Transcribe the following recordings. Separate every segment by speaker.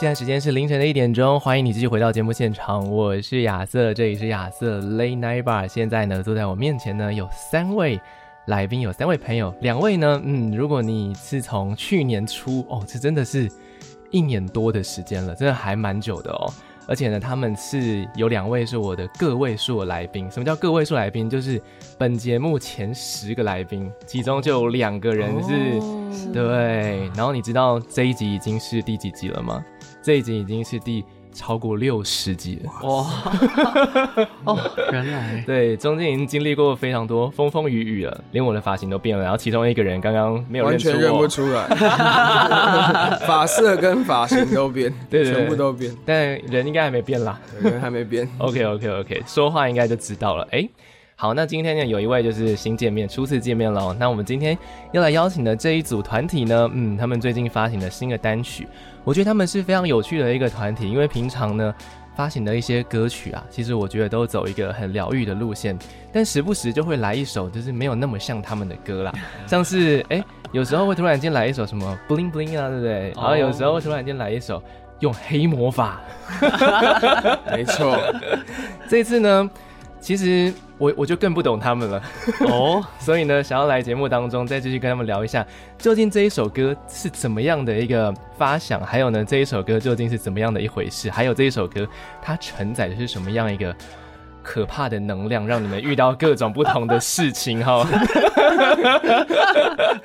Speaker 1: 现在时间是凌晨的一点钟，欢迎你继续回到节目现场，我是亚瑟，这里是亚瑟 Late Night Bar。现在呢，坐在我面前呢有三位来宾，有三位朋友，两位呢，嗯，如果你是从去年初哦，这真的是一年多的时间了，真的还蛮久的哦。而且呢，他们是有两位是我的个位数的来宾。什么叫个位数来宾？就是本节目前十个来宾，其中就有两个人是、对，然后你知道这一集已经是第几集了吗？这一集已经是第超过六十集了。
Speaker 2: 哇 哦，原来
Speaker 1: 对，中间已经经历过非常多风风雨雨了，连我的发型都变了。然后其中一个人刚刚没有
Speaker 3: 完
Speaker 1: 认出
Speaker 3: 全认
Speaker 1: 我
Speaker 3: 不，出来， 发色跟发型都变，
Speaker 1: 对对对
Speaker 3: 全部都变，
Speaker 1: 但人应该还没变啦。
Speaker 3: 对人还没变。
Speaker 1: OK OK OK，说话应该就知道了。哎，好，那今天呢有一位就是新见面，初次见面喽。那我们今天要来邀请的这一组团体呢，嗯，他们最近发行的新的单曲，我觉得他们是非常有趣的一个团体，因为平常呢。发行的一些歌曲啊，其实我觉得都走一个很疗愈的路线，但时不时就会来一首就是没有那么像他们的歌啦，像是哎、有时候会突然间来一首什么 bling bling 啊，对不对？然后有时候会突然间来一首用黑魔法，
Speaker 3: 没 错，
Speaker 1: 这次呢，其实我我就更不懂他们了，
Speaker 2: 哦，
Speaker 1: 所以呢，想要来节目当中再继续跟他们聊一下，究竟这一首歌是怎么样的一个发想，还有呢，这一首歌究竟是怎么样的一回事，还有这一首歌它承载的是什么样一个。可怕的能量让你们遇到各种不同的事情 哈。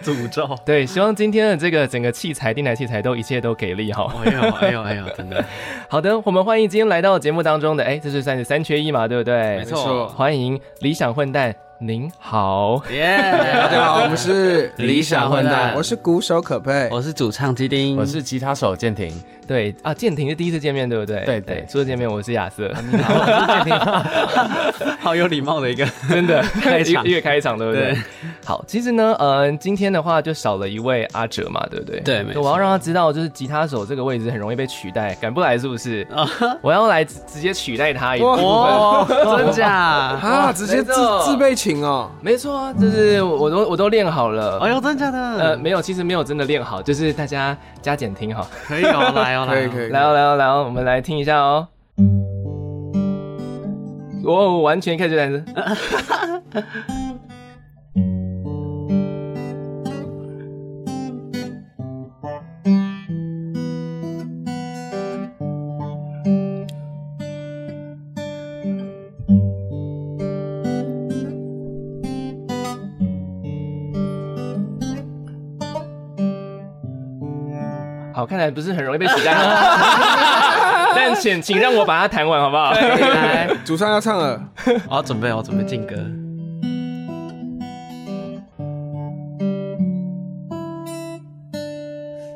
Speaker 2: 诅咒。
Speaker 1: 对，希望今天的这个整个器材、电台器材都一切都给力哈。
Speaker 2: 哎呦哎呦哎呦，真的，
Speaker 1: 好的，我们欢迎今天来到节目当中的，哎，这是算是三缺一嘛，对不对？
Speaker 2: 没
Speaker 3: 没错
Speaker 2: 错，
Speaker 1: 欢迎理想混蛋，您好。
Speaker 2: 耶！
Speaker 3: 大家好，我们是
Speaker 2: 理想混蛋
Speaker 3: 我是鼓手可佩，
Speaker 1: 哦
Speaker 2: 我是主唱基丁，
Speaker 4: 我是吉他手建廷，
Speaker 1: 嗯对啊，建廷是第一次见面，对不对？
Speaker 4: 对对啊
Speaker 1: 初次见面我是亚瑟，
Speaker 2: 好有礼貌的一个，
Speaker 1: 真 的开
Speaker 2: 场
Speaker 1: 越开场，对不对？
Speaker 2: 对
Speaker 1: 好，其实呢，嗯、今天的话就少了一位阿哲嘛，对不对？
Speaker 2: 对没错
Speaker 1: 我要让他知道，就是吉他手这个位置很容易被取代，赶不来是不 是？我要来直直接取代他一部分。
Speaker 2: 哦，真 假？
Speaker 3: 啊，直接
Speaker 1: 没
Speaker 3: 自
Speaker 1: 错
Speaker 3: 自备琴哦，
Speaker 1: 没错啊，就是我我都我都练好了。
Speaker 2: 哎呦，真假
Speaker 1: 呃，
Speaker 2: 的？
Speaker 1: 没有，其实没有真的练好，就是大家加减听哈。
Speaker 2: 可以哦，来哦，
Speaker 3: 可以可
Speaker 2: 以。
Speaker 3: 以，
Speaker 1: 来哦，来哦，来哦，我们来听一下哦。我完全开始单身。好，看来不是很容易被取代 哦。但请请让我把它弹完好不好？
Speaker 2: 来，
Speaker 3: 主唱要唱了，
Speaker 2: 我要准备，我要准备 进歌。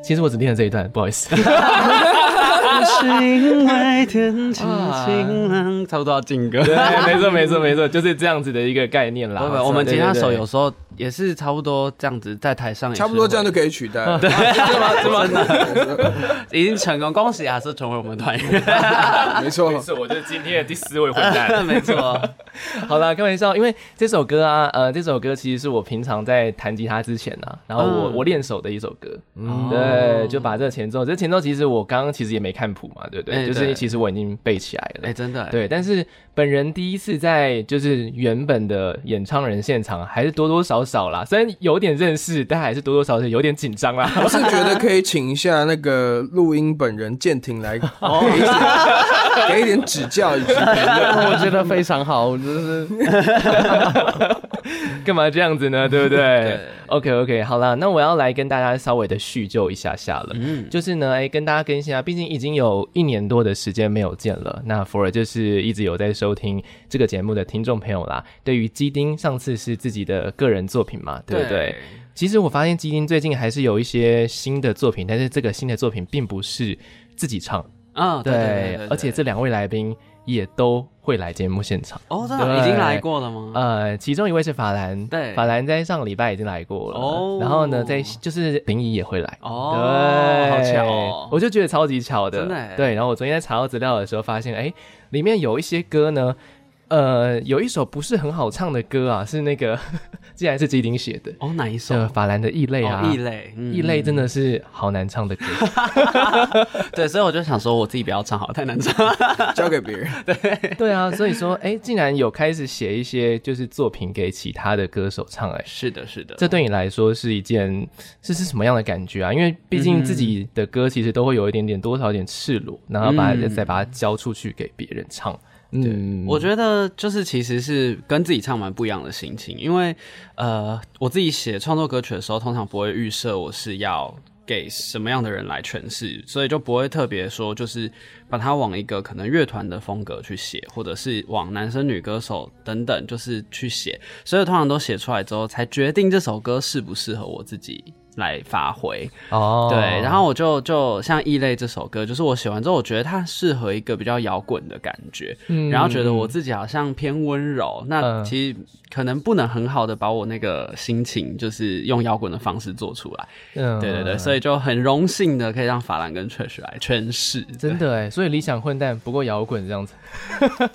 Speaker 1: 其实我只练了这一段，不好意思。
Speaker 2: 是因为啊天气晴朗，差不多要啊进歌。
Speaker 1: 对，没错，没错，没错，就是这样子的一个概念啦。
Speaker 2: 不不，我们吉他手有
Speaker 1: 对
Speaker 2: 时候也是差不多这样子，在台上也是
Speaker 3: 差不多这样
Speaker 2: 会
Speaker 3: 就可以取代 了。
Speaker 2: 已经成功，恭喜亚瑟成为我们团员。
Speaker 3: 没错
Speaker 1: 对对，是我就是今天的第四位混蛋。
Speaker 2: 没错，
Speaker 1: 好啦，开玩笑，因为这首歌啊，呃，这首歌其实是我平常在弹吉他之前啊，然后我、
Speaker 2: 嗯
Speaker 1: 我练手的一首歌，嗯
Speaker 2: 哦
Speaker 1: 对，就把这个前奏，这前奏其实我刚刚其实也没看谱嘛，对不对？
Speaker 2: 哎
Speaker 1: 就是
Speaker 2: 对
Speaker 1: 其实我已经背起来了
Speaker 2: 哎，。真的，
Speaker 1: 对，但是本人第一次在就是原本的演唱人现场，还是多多少少啦，虽然有点认识，但还是多多少少有点紧张啦。
Speaker 3: 我是觉得可以请一下那个录音本人建廷来给一
Speaker 1: 哦
Speaker 3: 点 给一点指教一下。
Speaker 4: 我觉得非常好，我就是
Speaker 1: 干嘛这样子 呢？对不对
Speaker 2: 对
Speaker 1: o k OK，好啦，那我要来跟大家稍微的叙旧一下下了。
Speaker 2: 嗯，
Speaker 1: 就是呢，哎，跟大家更新啊，毕竟已经有一年多的时间没有见了。那福尔就是一直有在收听这个节目的听众朋友啦。对于基丁，上次是自己的个人作品嘛，对不对？其实我发现基丁最近还是有一些新的作品，但是这个新的作品并不是自己唱，
Speaker 2: 啊，对对对，
Speaker 1: 而且这两位来宾也都会来节目现场。
Speaker 2: 哦，真的已经来过了吗？
Speaker 1: 呃，其中一位是法兰，
Speaker 2: 对
Speaker 1: 法兰在上个礼拜已经来过了，
Speaker 2: 哦
Speaker 1: 然后呢，在就是林怡也会来，
Speaker 2: 哦
Speaker 1: 对，
Speaker 2: 好巧哦
Speaker 1: 我就觉得超级巧的，
Speaker 2: 真的耶
Speaker 1: 对，然后我昨天在查到资料的时候，发现哎，里面有一些歌呢，呃，有一首不是很好唱的歌啊，是那个竟然是吉丁写的，
Speaker 2: 哦，哪一首？
Speaker 1: 是法兰的《异类》啊，
Speaker 2: 哦异。类，嗯
Speaker 1: 异类真的是好难唱 的歌，
Speaker 2: 对，所以我就想说，我自己不要唱好了，太 难唱。
Speaker 3: 交给别人。
Speaker 1: 对啊，所以说，哎，竟然有开始写一些就是作品给其他的歌手唱，哎，
Speaker 2: 是的，是的，
Speaker 1: 这对你来说是一件这是什么样的感觉啊？因为毕竟
Speaker 2: 嗯
Speaker 1: 自己的歌其实都会有一点点多少有点赤裸，然后把它
Speaker 2: 嗯
Speaker 1: 再把它交出去给别人唱。嗯，
Speaker 2: 我觉得就是其实是跟自己唱蛮不一样的心情，因为呃，我自己写创作歌曲的时候，通常不会预设我是要给什么样的人来诠释，所以就不会特别说就是把它往一个可能乐团的风格去写，或者是往男生女歌手等等就是去写，所以通常都写出来之后才决定这首歌适不适合我自己来发挥。
Speaker 1: 哦，
Speaker 2: 对，然后我就就像《异类》这首歌，就是我写完之后，我觉得它适合一个比较摇滚的感觉，
Speaker 1: 嗯
Speaker 2: 然后觉得我自己好像偏温柔，那
Speaker 1: 嗯
Speaker 2: 其实可能不能很好的把我那个心情，就是用摇滚的方式做出来。
Speaker 1: 嗯
Speaker 2: 对对对，
Speaker 1: 以
Speaker 2: 所以就很荣幸的可以让法兰跟 Trish 来诠释，
Speaker 1: 真的哎，所以理想混蛋不过摇滚这样子。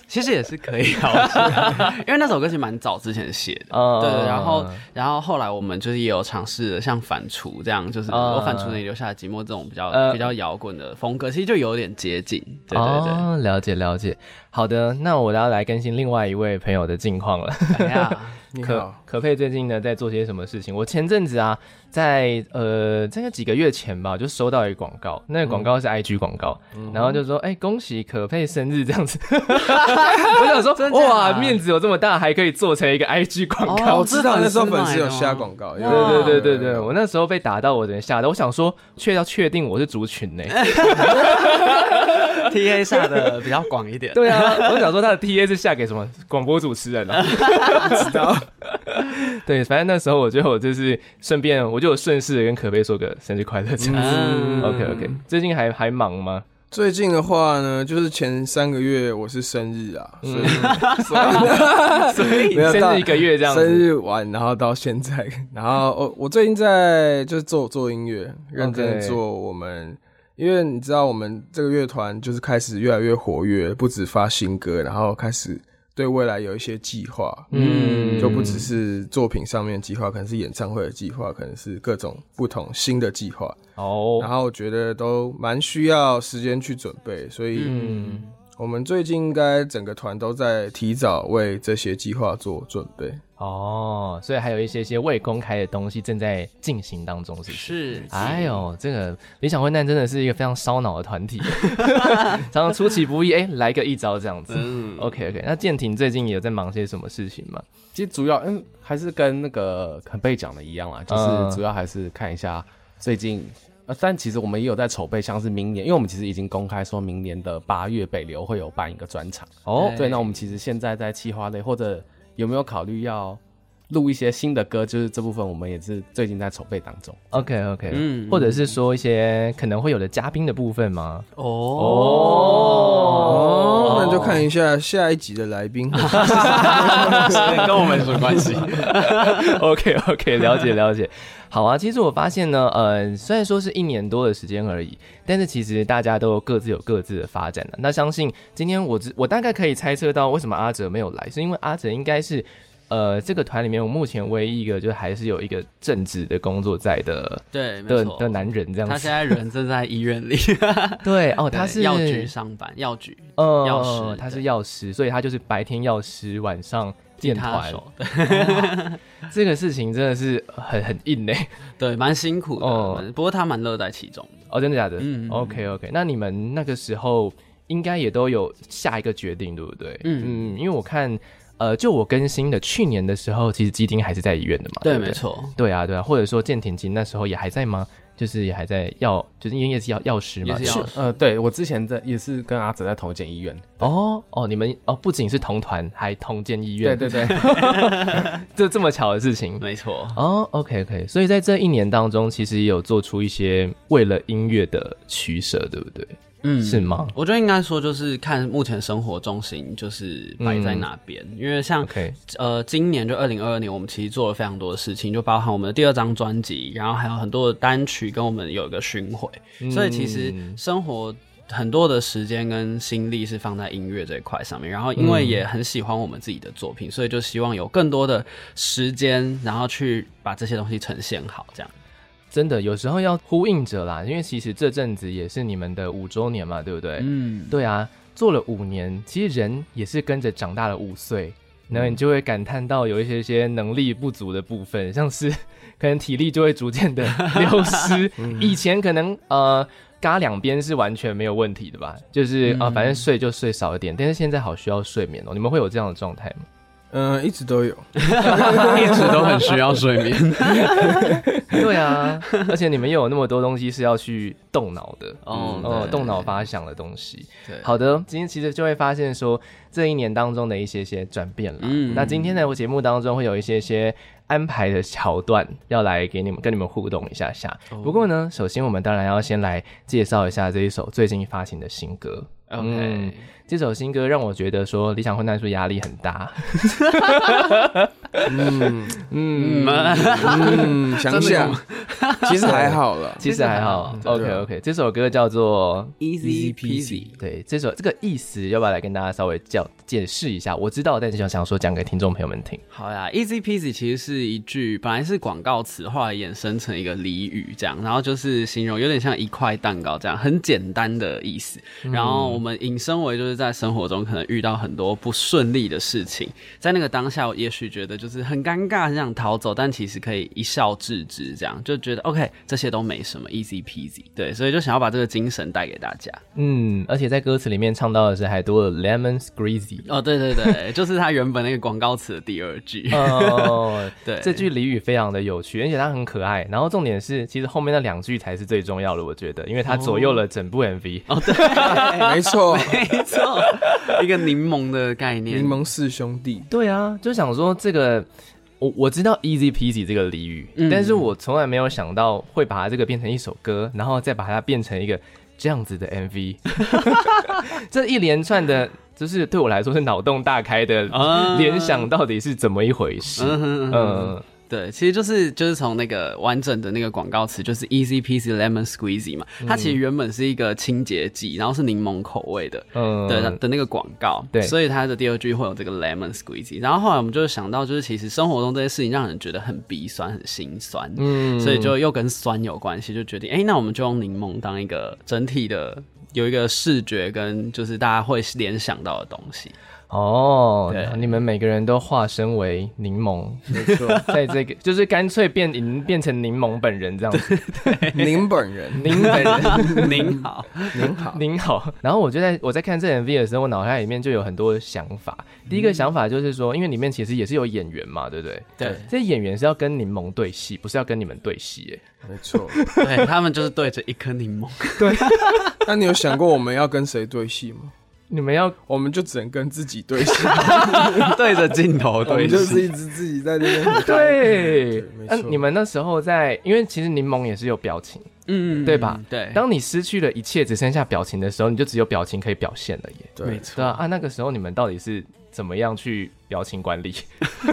Speaker 2: 其实也是可以好吃的， 因为那首歌其实蛮早之前写的。
Speaker 1: 哦
Speaker 2: 对，然后，然后后来我们就是也有尝试了像反刍这样，就是
Speaker 1: 嗯
Speaker 2: 我反刍你留下的寂寞这种比较、
Speaker 1: 呃
Speaker 2: 比较摇滚的风格，其实就有点接近。对对对，
Speaker 1: 哦，了解了解。好的，那我要来更新另外一位朋友的近况了。
Speaker 2: 哎 呀，
Speaker 3: 你
Speaker 1: 可
Speaker 3: 好，
Speaker 1: 可佩最近呢在做些什么事情？我前阵子啊，在呃大概几个月前吧，就收到一个广告，那个
Speaker 2: 嗯
Speaker 1: 广告是 IG 广告，然后就说哎、恭喜可佩生日这样 子。我想说
Speaker 2: 真假
Speaker 1: 哇面子有这么大，还可以做成一个 IG 广告。
Speaker 2: 哦
Speaker 3: 我知道那时候粉丝有下广告，
Speaker 2: 对
Speaker 1: 对对对对对，
Speaker 3: 有
Speaker 1: 我那时候被打到，我有点吓到。我想说，确要确定我是族群呢、
Speaker 2: T A 下的比较广一点。
Speaker 1: 对啊，我想说他的 T A 是下给什么广播主持人啊？知道。 对，反正那时候我觉得我就是顺便，我就有顺势地跟可悲说个生日快乐这样子。
Speaker 2: 嗯
Speaker 1: OK OK，最近还还忙吗？
Speaker 3: 最近的话呢，就是前三个月我是生日啊，所以
Speaker 1: 所 以
Speaker 3: 没有
Speaker 1: 嗯生
Speaker 3: 到
Speaker 1: 日一个月这样
Speaker 3: 生
Speaker 1: 子。
Speaker 3: 日完，然后到现在， 然后我我最近在就是做做音乐，认真的
Speaker 1: OK
Speaker 3: 做我们。因为你知道，我们这个乐团就是开始越来越活跃，不止发新歌，然后开始对未来有一些计划，
Speaker 1: 嗯
Speaker 3: 就不只是作品上面的计划，可能是演唱会的计划，可能是各种不同新的计划。然
Speaker 1: 哦，
Speaker 3: 后我觉得都蛮需要时间去准备，所以
Speaker 1: 嗯，
Speaker 3: 我们最近应该整个团都在提早为这些计划做准备。
Speaker 1: 哦，所以还有一些些未公开的东西正在进行当中，是不是？
Speaker 2: 是，
Speaker 1: 哎呦，这个理想混蛋真的是一个非常烧脑的团体， 常常出其不意，哎、来个一招这样子。
Speaker 2: 嗯，
Speaker 1: OK OK，那建廷最近有在忙些什么事情吗？
Speaker 4: 其实主要嗯还是跟那个肯贝讲的一样啦，就
Speaker 1: 嗯
Speaker 4: 是主要还是看一下最近。呃，但其实我们也有在筹备，像是明年，因为我们其实已经公开说明年的八月北流会有办一个专场
Speaker 1: 哦
Speaker 4: 对，那我们其实现在在企划类，或者有没有考虑要录一些新的歌？就是这部分我们也是最近在筹备当中。
Speaker 1: ，OK OK，
Speaker 2: 嗯
Speaker 1: 或者是说一些可能会有的嘉宾的部分 吗？
Speaker 3: 哦
Speaker 1: 哦，
Speaker 3: 那就看一下下一集的来 宾。
Speaker 2: 跟我们有什么关系？
Speaker 1: OK OK，了 解了解。好啊，其实我发现呢，呃，虽然说是一年多的时间而已，但是其实大家都各自有各自的发展了、啊那相信今天我只我大概可以猜测到为什么阿哲没有来，是因为阿哲应该是呃这个团里面我目前唯一一个就还是有一个正职的工作在的
Speaker 2: 对，没
Speaker 1: 的
Speaker 2: 错
Speaker 1: 的。男人这样
Speaker 2: 他
Speaker 1: 子
Speaker 2: 现。在人正在医院里，
Speaker 1: 对 哦，他
Speaker 2: 对
Speaker 1: 是
Speaker 2: 药局上班，药局
Speaker 1: 呃
Speaker 2: 药师
Speaker 1: 他是
Speaker 2: 对
Speaker 1: 药师，所以他就是白天药师，晚上
Speaker 2: 吉
Speaker 1: 电
Speaker 2: 他
Speaker 1: 团。
Speaker 2: 手，对
Speaker 1: 这个事情真的是很很硬欸嘞、
Speaker 2: 对，蛮辛苦
Speaker 1: 哦
Speaker 2: 的，不过他蛮乐在其中的。
Speaker 1: 哦，真的假的？
Speaker 2: 嗯嗯嗯
Speaker 1: OK OK，那你们那个时候应该也都有下一个决定，对不对？
Speaker 2: 嗯
Speaker 1: 嗯，因为我看。呃，就我更新的去年的时候，其实基丁还是在医院的嘛，对，
Speaker 2: 对，没。错，
Speaker 1: 对啊，对啊，或者说健挺其实那时候也还在吗？就是也还在药，就是因为也是药药师嘛，
Speaker 2: 也是药
Speaker 4: 呃，对我之前在也是跟阿哲在同一间医院，
Speaker 1: 哦哦，你们哦不仅是同团，还同建医
Speaker 4: 对
Speaker 1: 院，
Speaker 4: 对对，
Speaker 1: 这这么巧的事情。
Speaker 2: 没错，
Speaker 1: 哦，OK OK，所以在这一年当中，其实也有做出一些为了音乐的取舍，对不对？
Speaker 2: 嗯，
Speaker 1: 是吗
Speaker 2: 我觉得应该说就是看目前生活重心就是摆在哪边，因为像
Speaker 1: ？OK，
Speaker 2: 呃，今年就二零二二年，我们其实做了非常多的事情，就包含我们的第二张专辑，然后还有很多的单曲跟我们有一个巡回， 所以其实
Speaker 1: 嗯
Speaker 2: 生活很多的时间跟心力是放在音乐这一块上面。然后因为也很喜欢我们自己的作品，所以就希望有更多的时间，然后去把这些东西呈现好，这样。
Speaker 1: 真的有时候要呼应着啦，因为其实这阵子也是你们的五周年嘛，对不对？
Speaker 2: 嗯，
Speaker 1: 对啊，做了五年，其实人也是跟着长大了五岁，然
Speaker 2: 嗯
Speaker 1: 后你就会感叹到有一些些能力不足的部分，像是 可能体力就会逐 渐的流失。
Speaker 2: 嗯
Speaker 1: 以前可能呃，嘎两边是完全没有问题的吧，就是啊、
Speaker 2: 嗯
Speaker 1: 反正睡就睡少一点，但是现在好需要睡眠哦。你们会有这样的状 态吗？
Speaker 3: 嗯，一直都有。
Speaker 2: 一直都很需要睡 眠。
Speaker 1: 对啊， 而且你们又有那么多东西是要去动脑的，
Speaker 2: 哦
Speaker 1: 哦，
Speaker 2: 对
Speaker 1: 动脑发想的东西。
Speaker 2: 对
Speaker 1: 好的，今天其实就会发现说这一年当中的一些些转变了。
Speaker 2: 嗯
Speaker 1: 那今天呢，我节目当中会有一些些安排的桥段要来给你们跟你们互动一下下。
Speaker 3: 哦
Speaker 1: 不过呢，首先我们当然要先来介绍一下这一首最近发行的新歌。嗯
Speaker 2: OK
Speaker 1: 这首新歌让我觉得说理想混蛋术压力很大。
Speaker 3: 嗯， 想想， 其实还好了。
Speaker 1: 其实还好。
Speaker 3: 真
Speaker 1: OK
Speaker 3: 的啊
Speaker 1: OK，这首歌叫做
Speaker 2: Easy peasy
Speaker 1: 对，这首这个意思要不要来跟大家稍微叫解释一下？我知道，但是想想说讲给听众朋友们听。
Speaker 2: 好呀，Easy Peasy 其实是一句本来是广告词，后来衍生成一个俚语这样，然后就是形容有点像一块蛋糕这样，很简单的意思。然后我们引申为就是在生活中可能遇到很多不顺利的事情，在那个当下，也许觉得就是很尴尬，很想逃走，但其实可以一笑置之，这样就觉得 OK，这些都没 什么，Easy Peasy。对，所以就想要把这个精神带给大家。
Speaker 1: 嗯，而且在歌词里面唱到的是还多了 lemon squeezy。
Speaker 2: 哦，对对对，就是他原本那个广告词的第二句。
Speaker 1: 哦，
Speaker 2: 对，
Speaker 1: 这句俚语非常的有趣，而且它很可爱。然后重点是，其实后面那两句才是最重要的，我觉得，因为它左右了整部 MV。
Speaker 2: 哦，对。
Speaker 3: 没错，
Speaker 2: 没错，一个柠檬的概 念。
Speaker 3: 柠檬四兄 弟。
Speaker 1: 对啊，就想说这个，我我知道 easy peasy 这个俚语，
Speaker 2: 嗯
Speaker 1: 但是我从来没有想到会把它这个变成一首歌，然后再把它变成一个这样子的 MV。这一连串的，就是对我来说是脑洞大开的
Speaker 2: 啊
Speaker 1: 联想，到底是怎么一回事？
Speaker 2: 嗯哼嗯哼，
Speaker 1: 嗯，
Speaker 2: 对，其实就是就是从那个完整的那个广告词，就是 easy peasy lemon squeezy 嘛，它其实原本是一个清洁剂，然后是柠檬口味的，
Speaker 1: 嗯
Speaker 2: 的的那个广告，
Speaker 1: 对
Speaker 2: 所以它的第二句会有这个 lemon squeezy。然后后来我们就想到，就是其实生活中这些事情让人觉得很鼻酸、很心酸，嗯，所以就又跟酸有关系，就决定，哎、那我们就用柠檬当一个整体的有一个视觉跟就是大家会联想到的东西。
Speaker 1: 哦
Speaker 2: 对，
Speaker 1: 你们每个人都化身为柠檬，
Speaker 3: 没错，
Speaker 1: 在这个就是干脆变柠变成柠檬本人这样子，
Speaker 3: 您本人
Speaker 1: 柠本人。
Speaker 2: 您好，
Speaker 3: 您好，
Speaker 1: 您好，然后我就在我在看这 MV 的时候，我脑海里面就有很多想法。第一个想法就是说，因为里面其实也是有演员嘛，对不对？
Speaker 2: 对
Speaker 1: 这些演员是要跟柠檬对戏，不是要跟你们对戏。哎，
Speaker 3: 没错。
Speaker 2: 对他们就是对着一颗柠檬，
Speaker 3: 那你有想过我们要跟谁对戏吗？
Speaker 1: 你们要
Speaker 3: 我们就只能跟自己对 戏，
Speaker 2: 对着镜头
Speaker 3: 我们
Speaker 2: 对
Speaker 3: 就
Speaker 2: 视。
Speaker 3: 是一直自己在那边。
Speaker 1: 对
Speaker 3: 没
Speaker 1: 那、
Speaker 3: 错
Speaker 1: 嗯你们那时候在，因为其实柠檬也是有表情。
Speaker 2: 嗯
Speaker 1: 对吧？
Speaker 3: 哎
Speaker 2: 对，
Speaker 1: 当你失去了一切，只剩下表情的时候，你就只有表情可以表现了耶。
Speaker 3: 对，
Speaker 1: 对啊，啊那个时候你们到底是怎么样去表情管理？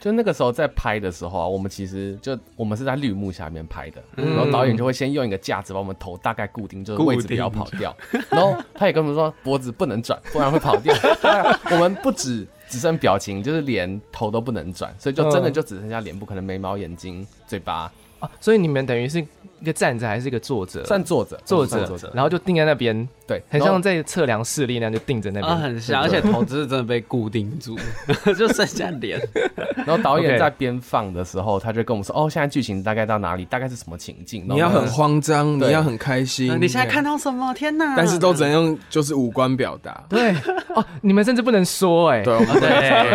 Speaker 4: 就那个时候在拍的时候啊，我们其实就我们是在绿幕下面拍的，然后导演就会先用一个架子把我们头大概固定，就是位置不要跑掉。然后他也跟我们说脖子不能转，不然会跑掉。当然我们不止只剩表情，就是连头都不能转，所以就真的就只剩下脸部，可能眉毛、眼睛、嘴巴，
Speaker 1: 哦，所以你们等于是一个站着还是一个坐着？
Speaker 4: 算作者，
Speaker 1: 嗯坐
Speaker 4: 算
Speaker 1: 着
Speaker 4: 作者，，
Speaker 1: 然后就定在那边，
Speaker 4: 对，
Speaker 1: 很
Speaker 4: 然后
Speaker 1: 像在测量视力那样，就定着那
Speaker 2: 啊，
Speaker 1: 边。
Speaker 2: 很像，而且头只是真的被固定住， 就剩下脸。
Speaker 4: 然后导
Speaker 1: OK
Speaker 4: 演在编放的时候，他就跟我们说：“哦，现在剧情大概到哪里，大概是什么情境。”
Speaker 3: 你要很慌张，
Speaker 4: 对
Speaker 3: 你要很开心。
Speaker 2: 你现在看，到什么？天哪！
Speaker 3: 但是都只 能用就是五官表达。
Speaker 1: 对 哦，你们甚至不能说哎、
Speaker 3: 对啊 我们
Speaker 2: 哦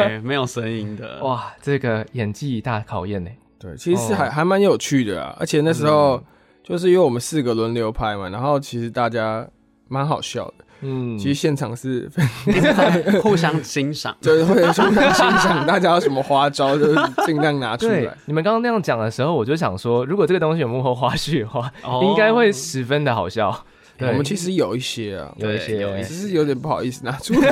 Speaker 2: 对，没有声音的。哇，
Speaker 1: 哇，这个演技大考验呢、
Speaker 3: 对，其实是还、还蛮有趣的啊，而且那时候就是因为我们四个轮流拍嘛，然后其实大家蛮好笑的。
Speaker 1: 嗯，
Speaker 3: 其实现场是。
Speaker 2: 互相欣赏
Speaker 3: 就是会互相欣赏，大家有什么花招就是尽量拿出
Speaker 1: 对
Speaker 3: 来。，
Speaker 1: 你们刚刚那样讲的时候，我就想说，如果这个东西有幕后花絮的话，
Speaker 2: 哦
Speaker 1: 应该会十分的好笑。对，
Speaker 3: 我们其实有一些啊，
Speaker 1: 有一些
Speaker 2: 对有一
Speaker 3: 只是有点不好意思拿出来，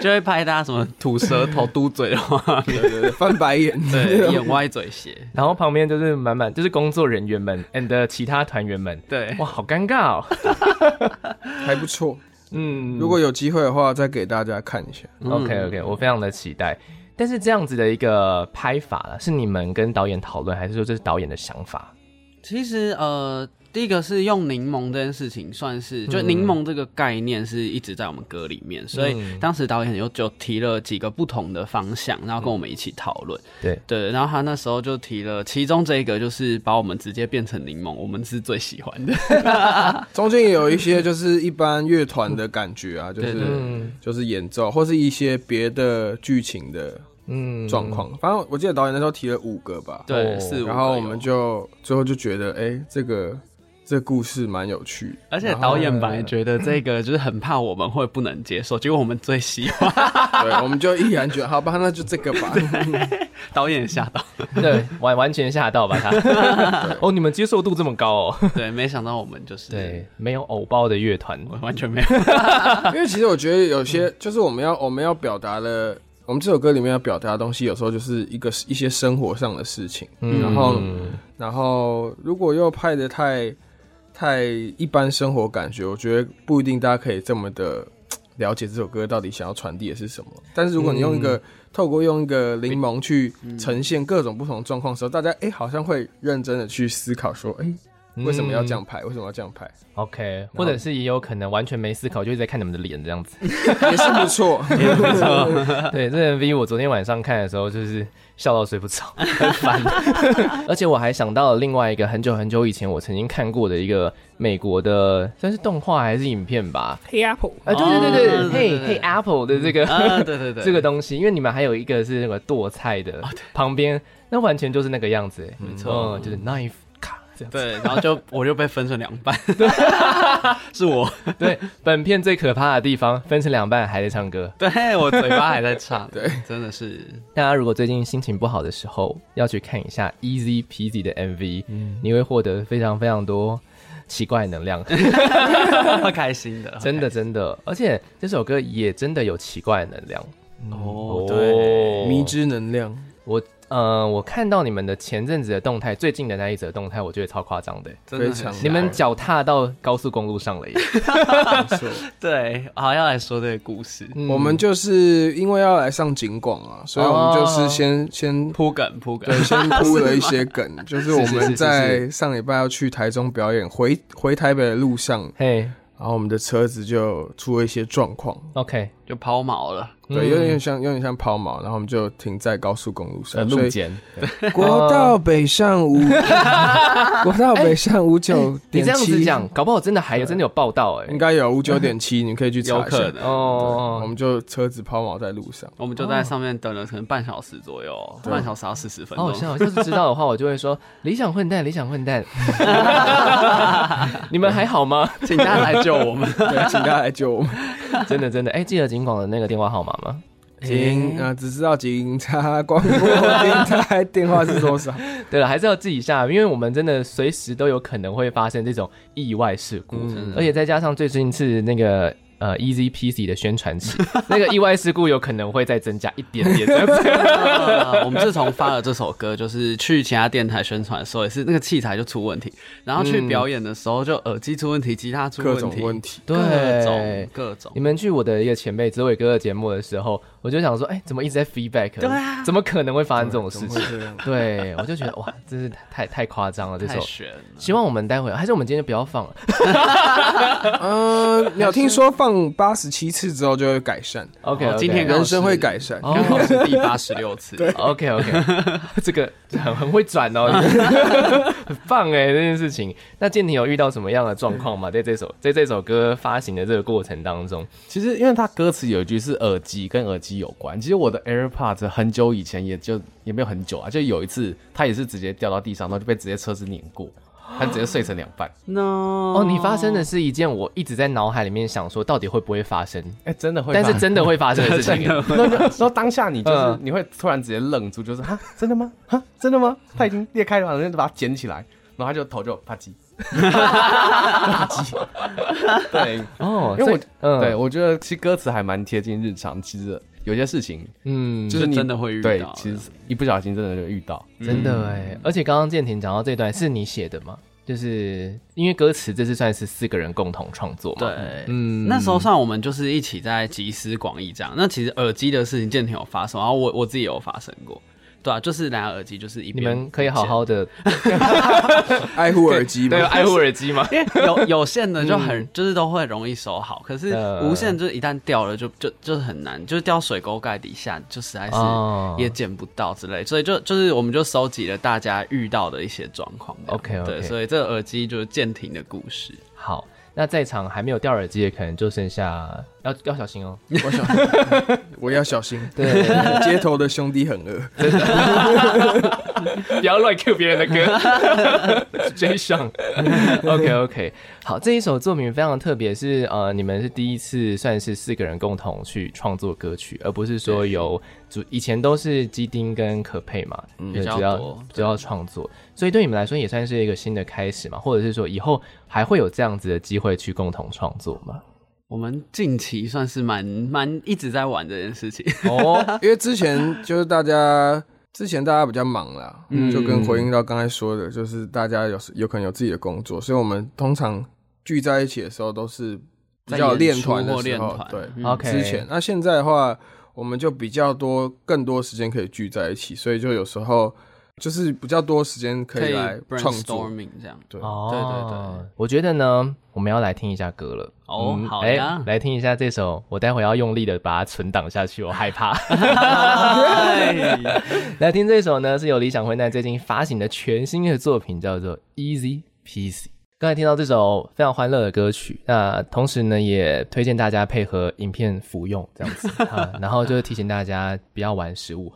Speaker 2: 就会拍大家什么吐舌头、嘟嘴的话，
Speaker 3: 对对对，翻白眼。
Speaker 2: 对， 眼歪嘴斜，
Speaker 1: 然后旁边就是满满就是工作人员们 and 呃其他团员们，
Speaker 2: 对
Speaker 1: 哇，，好尴尬哦。
Speaker 3: 还不错。
Speaker 1: 嗯，
Speaker 3: 如果有机会的话，再给大家看一下。
Speaker 1: OK OK，我非常的期待。但是这样子的一个拍法了，是你们跟导演讨论，还是说这是导演的想法？
Speaker 2: 其实呃，第一个是用柠檬这件事情，算是
Speaker 3: 嗯
Speaker 2: 就柠檬这个概念是一直在我们歌里面，所以
Speaker 3: 嗯
Speaker 2: 当时导演有就提了几个不同的方向，然后跟我们一起讨
Speaker 3: 嗯
Speaker 2: 论。
Speaker 1: 对，
Speaker 2: 对，然后他那时候就提了，其中这一个就是把我们直接变成柠檬，我们是最喜欢 的。
Speaker 3: 中间也有一些就是一般乐团的感觉啊，就
Speaker 2: 对对
Speaker 3: 是
Speaker 1: 嗯
Speaker 3: 就是演奏或是一些别的剧情的
Speaker 1: 嗯
Speaker 3: 状况。反正我记得导演那时候提了五个吧，
Speaker 2: 对，是。
Speaker 3: 哦然后我们，就最后就觉得，哎，这个这故事蛮有趣的。
Speaker 2: 而且
Speaker 3: 然后
Speaker 2: 导演本来觉得这个就是很怕我们会不能接受，结果我们最喜欢，
Speaker 3: 对，我们就毅然决然，好吧，那就这个 吧。
Speaker 2: 啊导演也吓到。
Speaker 1: 对， 完完全吓到吧他。 哦，你们接受度这么高哦？
Speaker 2: 对，没想到我们就是，
Speaker 1: 对，没有偶包的乐团，
Speaker 2: 我完全没有。
Speaker 3: 因为其实我觉得有些就是我们要我们要表达的，我们这首歌里面要表达的东西，有时候就是一个一些生活上的事情。
Speaker 1: 嗯
Speaker 3: 然后然后如果又拍的太太一般生活感觉，我觉得不一定大家可以这么的了解这首歌到底想要传递的是什么。但是如果你用一个、透过用一个柠檬去呈现各种不同状况的时候，大家哎、好像会认真的去思考说，哎、为什么要这样拍？为什么要这样拍？
Speaker 1: 嗯 OK，或者是也有可能完全没思考，就一直在看你们的脸这样子。
Speaker 3: 也 是不错。
Speaker 1: 对，这个 MV 我昨天晚上看的时候，就是笑到睡不着，很烦。而且我还想到了另外一个很久很久以前我曾经看过的一个美国的，算是动画还是影片吧？
Speaker 3: 黑 Apple，
Speaker 1: 啊，对对
Speaker 2: 哦
Speaker 1: 对对，
Speaker 2: 对
Speaker 1: 嘿
Speaker 2: 对对
Speaker 1: 嘿 Apple 的这个、
Speaker 2: 啊，对对对，
Speaker 1: 这个东西，因为你们还有一个是那个剁菜的，旁边那完全就是那个样子，没错，就是 knife 卡这样子。
Speaker 2: 对，然后就我就被分成两半，是我，
Speaker 1: 对，本片最可怕的地方分成两半还在唱歌。
Speaker 2: 对我嘴巴还在唱，对，真的是
Speaker 1: 大家如果最近心情不好的时候，要去看一下 Easy Peasy 的 MV，、你
Speaker 3: 嗯
Speaker 1: 会获得非常非常多奇怪的能 量，
Speaker 2: 会开心的，
Speaker 1: 真的真的。而且这首歌也真的有奇怪的能量
Speaker 2: 哦，对，
Speaker 3: 迷之能量。
Speaker 1: 我呃，我看到你们的前阵子的动态，最近的那一则动态，我觉得超夸张的。
Speaker 2: 真的很
Speaker 3: 非常
Speaker 2: 吓
Speaker 1: 你们
Speaker 2: 人
Speaker 1: 脚踏到高速公路上了耶！
Speaker 2: 对，好要来说这个故事，
Speaker 1: 嗯
Speaker 3: 我们就是因为要来上景广啊，所以我们就是先、先
Speaker 2: 铺梗铺梗，
Speaker 3: 对先铺了一些梗，就是我
Speaker 1: 是是是
Speaker 3: 们
Speaker 1: 是
Speaker 3: 在上礼拜要去台中表演，回回台北的路上，
Speaker 1: 嘿
Speaker 3: 然后我们的车子就出了一些状况，
Speaker 1: ，OK，
Speaker 2: 就抛锚了，
Speaker 1: 嗯
Speaker 3: 对，有点像有点像抛锚，然后我们就停在高速公路
Speaker 4: 呃
Speaker 3: 上，所
Speaker 4: 路
Speaker 3: 以
Speaker 4: 肩，
Speaker 3: 国道北上五， 国道北上五九
Speaker 1: 哦哎你
Speaker 3: 哦点
Speaker 1: 这样子
Speaker 3: 七，
Speaker 1: 讲，搞不好真的还有真的有报道哎
Speaker 3: 应。该有五九点七，你可以去
Speaker 2: 有
Speaker 3: 查一下
Speaker 2: 可。能。
Speaker 3: 我
Speaker 1: 哦
Speaker 3: 们就车子抛锚在 路上，
Speaker 2: 我们就在上面等了可能半小时左右，半小时到四十分
Speaker 1: 哦，好
Speaker 2: 钟。
Speaker 1: 像要是知道的话，我就会 说理想混蛋，理想混 蛋。你们还好 吗？
Speaker 2: 请大家来救我们。
Speaker 3: 对，请大家来救 我们。
Speaker 1: 真的真的，哎、记得警广的那个电话号码吗？
Speaker 3: 警
Speaker 1: 哎
Speaker 3: 啊、呃只知道警察 广播电台电话是多少？
Speaker 1: 对了，还是要记一下，因为我们真的随时都有可能会发生这种意外事故，
Speaker 3: 嗯
Speaker 1: 而且再加上最近是那个。呃，Easy Peasy 的宣传 期，那个意外事故有可能会再增加一点点这样子。
Speaker 2: 呃我们自从发了这首歌，就是去其他电台宣传的时候，也是那个器材就出问题，然后去表演的时候就耳机出问题，吉他出
Speaker 3: 各
Speaker 2: 问
Speaker 3: 种
Speaker 2: 题，
Speaker 3: 问题。
Speaker 2: 各种
Speaker 1: 对，
Speaker 2: 各种
Speaker 1: 你。们去我的一个前辈紫伟哥的节目的时候，我就想说，哎、怎么一直在 feedback？
Speaker 2: 对啊
Speaker 1: 怎么可能会发生这种
Speaker 3: 怎
Speaker 1: 事
Speaker 3: 么会
Speaker 1: 情？
Speaker 3: 这样？
Speaker 1: 对，我就觉得哇，真是太太夸张了这
Speaker 2: 太
Speaker 1: 首。
Speaker 2: 悬了。
Speaker 1: 希望我们待会还是我们今天就不要放了。
Speaker 3: 嗯，鸟听说放八十七次之后就会改善，
Speaker 1: OK，,
Speaker 2: 哦今 天刚好
Speaker 3: 人生会
Speaker 2: 是
Speaker 3: 改善。
Speaker 1: 哦
Speaker 2: 刚好是第八十六次，
Speaker 1: OK OK，这 个很很会转哦，很棒哎这 件事情。那建廷有遇到什么样的状况吗？在这首在这首歌发行的这个过程当中，
Speaker 4: 其实因为它歌词有一句是耳机跟耳机有关，其实我的 AirPods 很久以前也就也没有很久啊，就有一次它也是直接掉到地上，然后就被直接车子碾过，它直接碎成两半。
Speaker 2: no
Speaker 1: 哦，你发生的是一件我一直在脑海里面想说到底会不会发生，
Speaker 4: 哎、真的会吧，
Speaker 1: 但是真的会发生的事情。
Speaker 4: 然后就，然后当下你就是、
Speaker 1: 嗯
Speaker 4: 你会突然直接愣住，就是哈，真的吗？哈，真的吗？它已经裂开了，然后就把它捡起来，然后它就头就啪叽，啪叽，对。
Speaker 1: 哦，
Speaker 4: 因为我
Speaker 1: 嗯
Speaker 4: 对，我觉得其实歌词还蛮贴近日常。其实有些事情
Speaker 1: 嗯，
Speaker 4: 就是你
Speaker 2: 真的会遇
Speaker 4: 对
Speaker 2: 到，
Speaker 4: 其实一不小心真的就遇到。
Speaker 1: 真的
Speaker 2: 嗯
Speaker 1: 哎，而且刚刚建廷讲到这段是你写的吗？就是因为歌词这次算是四个人共同创作嘛，
Speaker 2: 对，
Speaker 1: 嗯
Speaker 2: 那时候算我们就是一起在集思广益这样。那其实耳机的事情，建廷有发生，然后我我自己也有发生过，对啊，就是蓝牙耳机就是一
Speaker 1: 你
Speaker 2: 边
Speaker 1: 们可以好好的
Speaker 3: 爱护耳机嘛
Speaker 1: 对，爱护耳机嘛，
Speaker 2: 不见，因为有有线的就很、
Speaker 1: 嗯
Speaker 2: 就是都会容易收好，可是
Speaker 1: 呃
Speaker 2: 无线就是一旦掉了就就就是很难，就是掉水沟盖底下就实在是
Speaker 1: 哦
Speaker 2: 也捡不到之类，所以就就是我们就收集了大家遇到的一些状况这样。
Speaker 1: OK，OK
Speaker 2: 对，所以这个耳机就是建廷的故事。
Speaker 1: 好，那在场还没有掉耳机的，可能就剩下要要小心哦。
Speaker 3: 我想我要小心。
Speaker 1: 对，
Speaker 3: 街头的兄弟很饿，
Speaker 1: 不要乱 Q 别人的歌。 追上 OK OK，好，这一首作品非常特别，是呃，你们是第一次算是四个人共同去创作歌曲，而不是说由主以前都是基丁跟可佩嘛，对
Speaker 2: 嗯比较
Speaker 1: 主要
Speaker 2: 多
Speaker 1: 主要创作，所以对你们来说也算是一个新的开始嘛，或者是说以后还会有这样子的机会去共同创作吗？
Speaker 2: 我们近期算是蛮蛮一直在玩这 件事情，
Speaker 1: 哦，
Speaker 3: 因为之前就是大家之前大家比较忙啦，就跟回应到刚才说的，就是大家有时有可能有自己的工作，所以我们通常聚在一起的时候都是比较有练团的
Speaker 2: 在
Speaker 3: 时
Speaker 2: 演出
Speaker 3: 候
Speaker 2: 或练团，
Speaker 3: 对，
Speaker 2: 嗯
Speaker 1: OK
Speaker 3: 之前。那现在的话，我们就比较多更多时间可以聚在一起，所以就有时候就是比较多时间可以来创作。
Speaker 2: brainstorming 这样。
Speaker 3: 对，
Speaker 1: 哦，
Speaker 2: 对对对，
Speaker 1: 我觉得呢，我们要来听一下歌了。
Speaker 2: 哦
Speaker 1: 嗯
Speaker 2: 好
Speaker 1: 哎
Speaker 2: 呀
Speaker 1: 来听一下这首，我待会要用力的把它存档下去，我害 怕。来听这首呢，是由理想混蛋最近发行的全新的作品，叫做《Easy Peasy》。刚才听到这首非常欢乐的歌曲，那同时呢，也推荐大家配合影片服用这 样子、啊，然后就是提醒大家不要玩食物，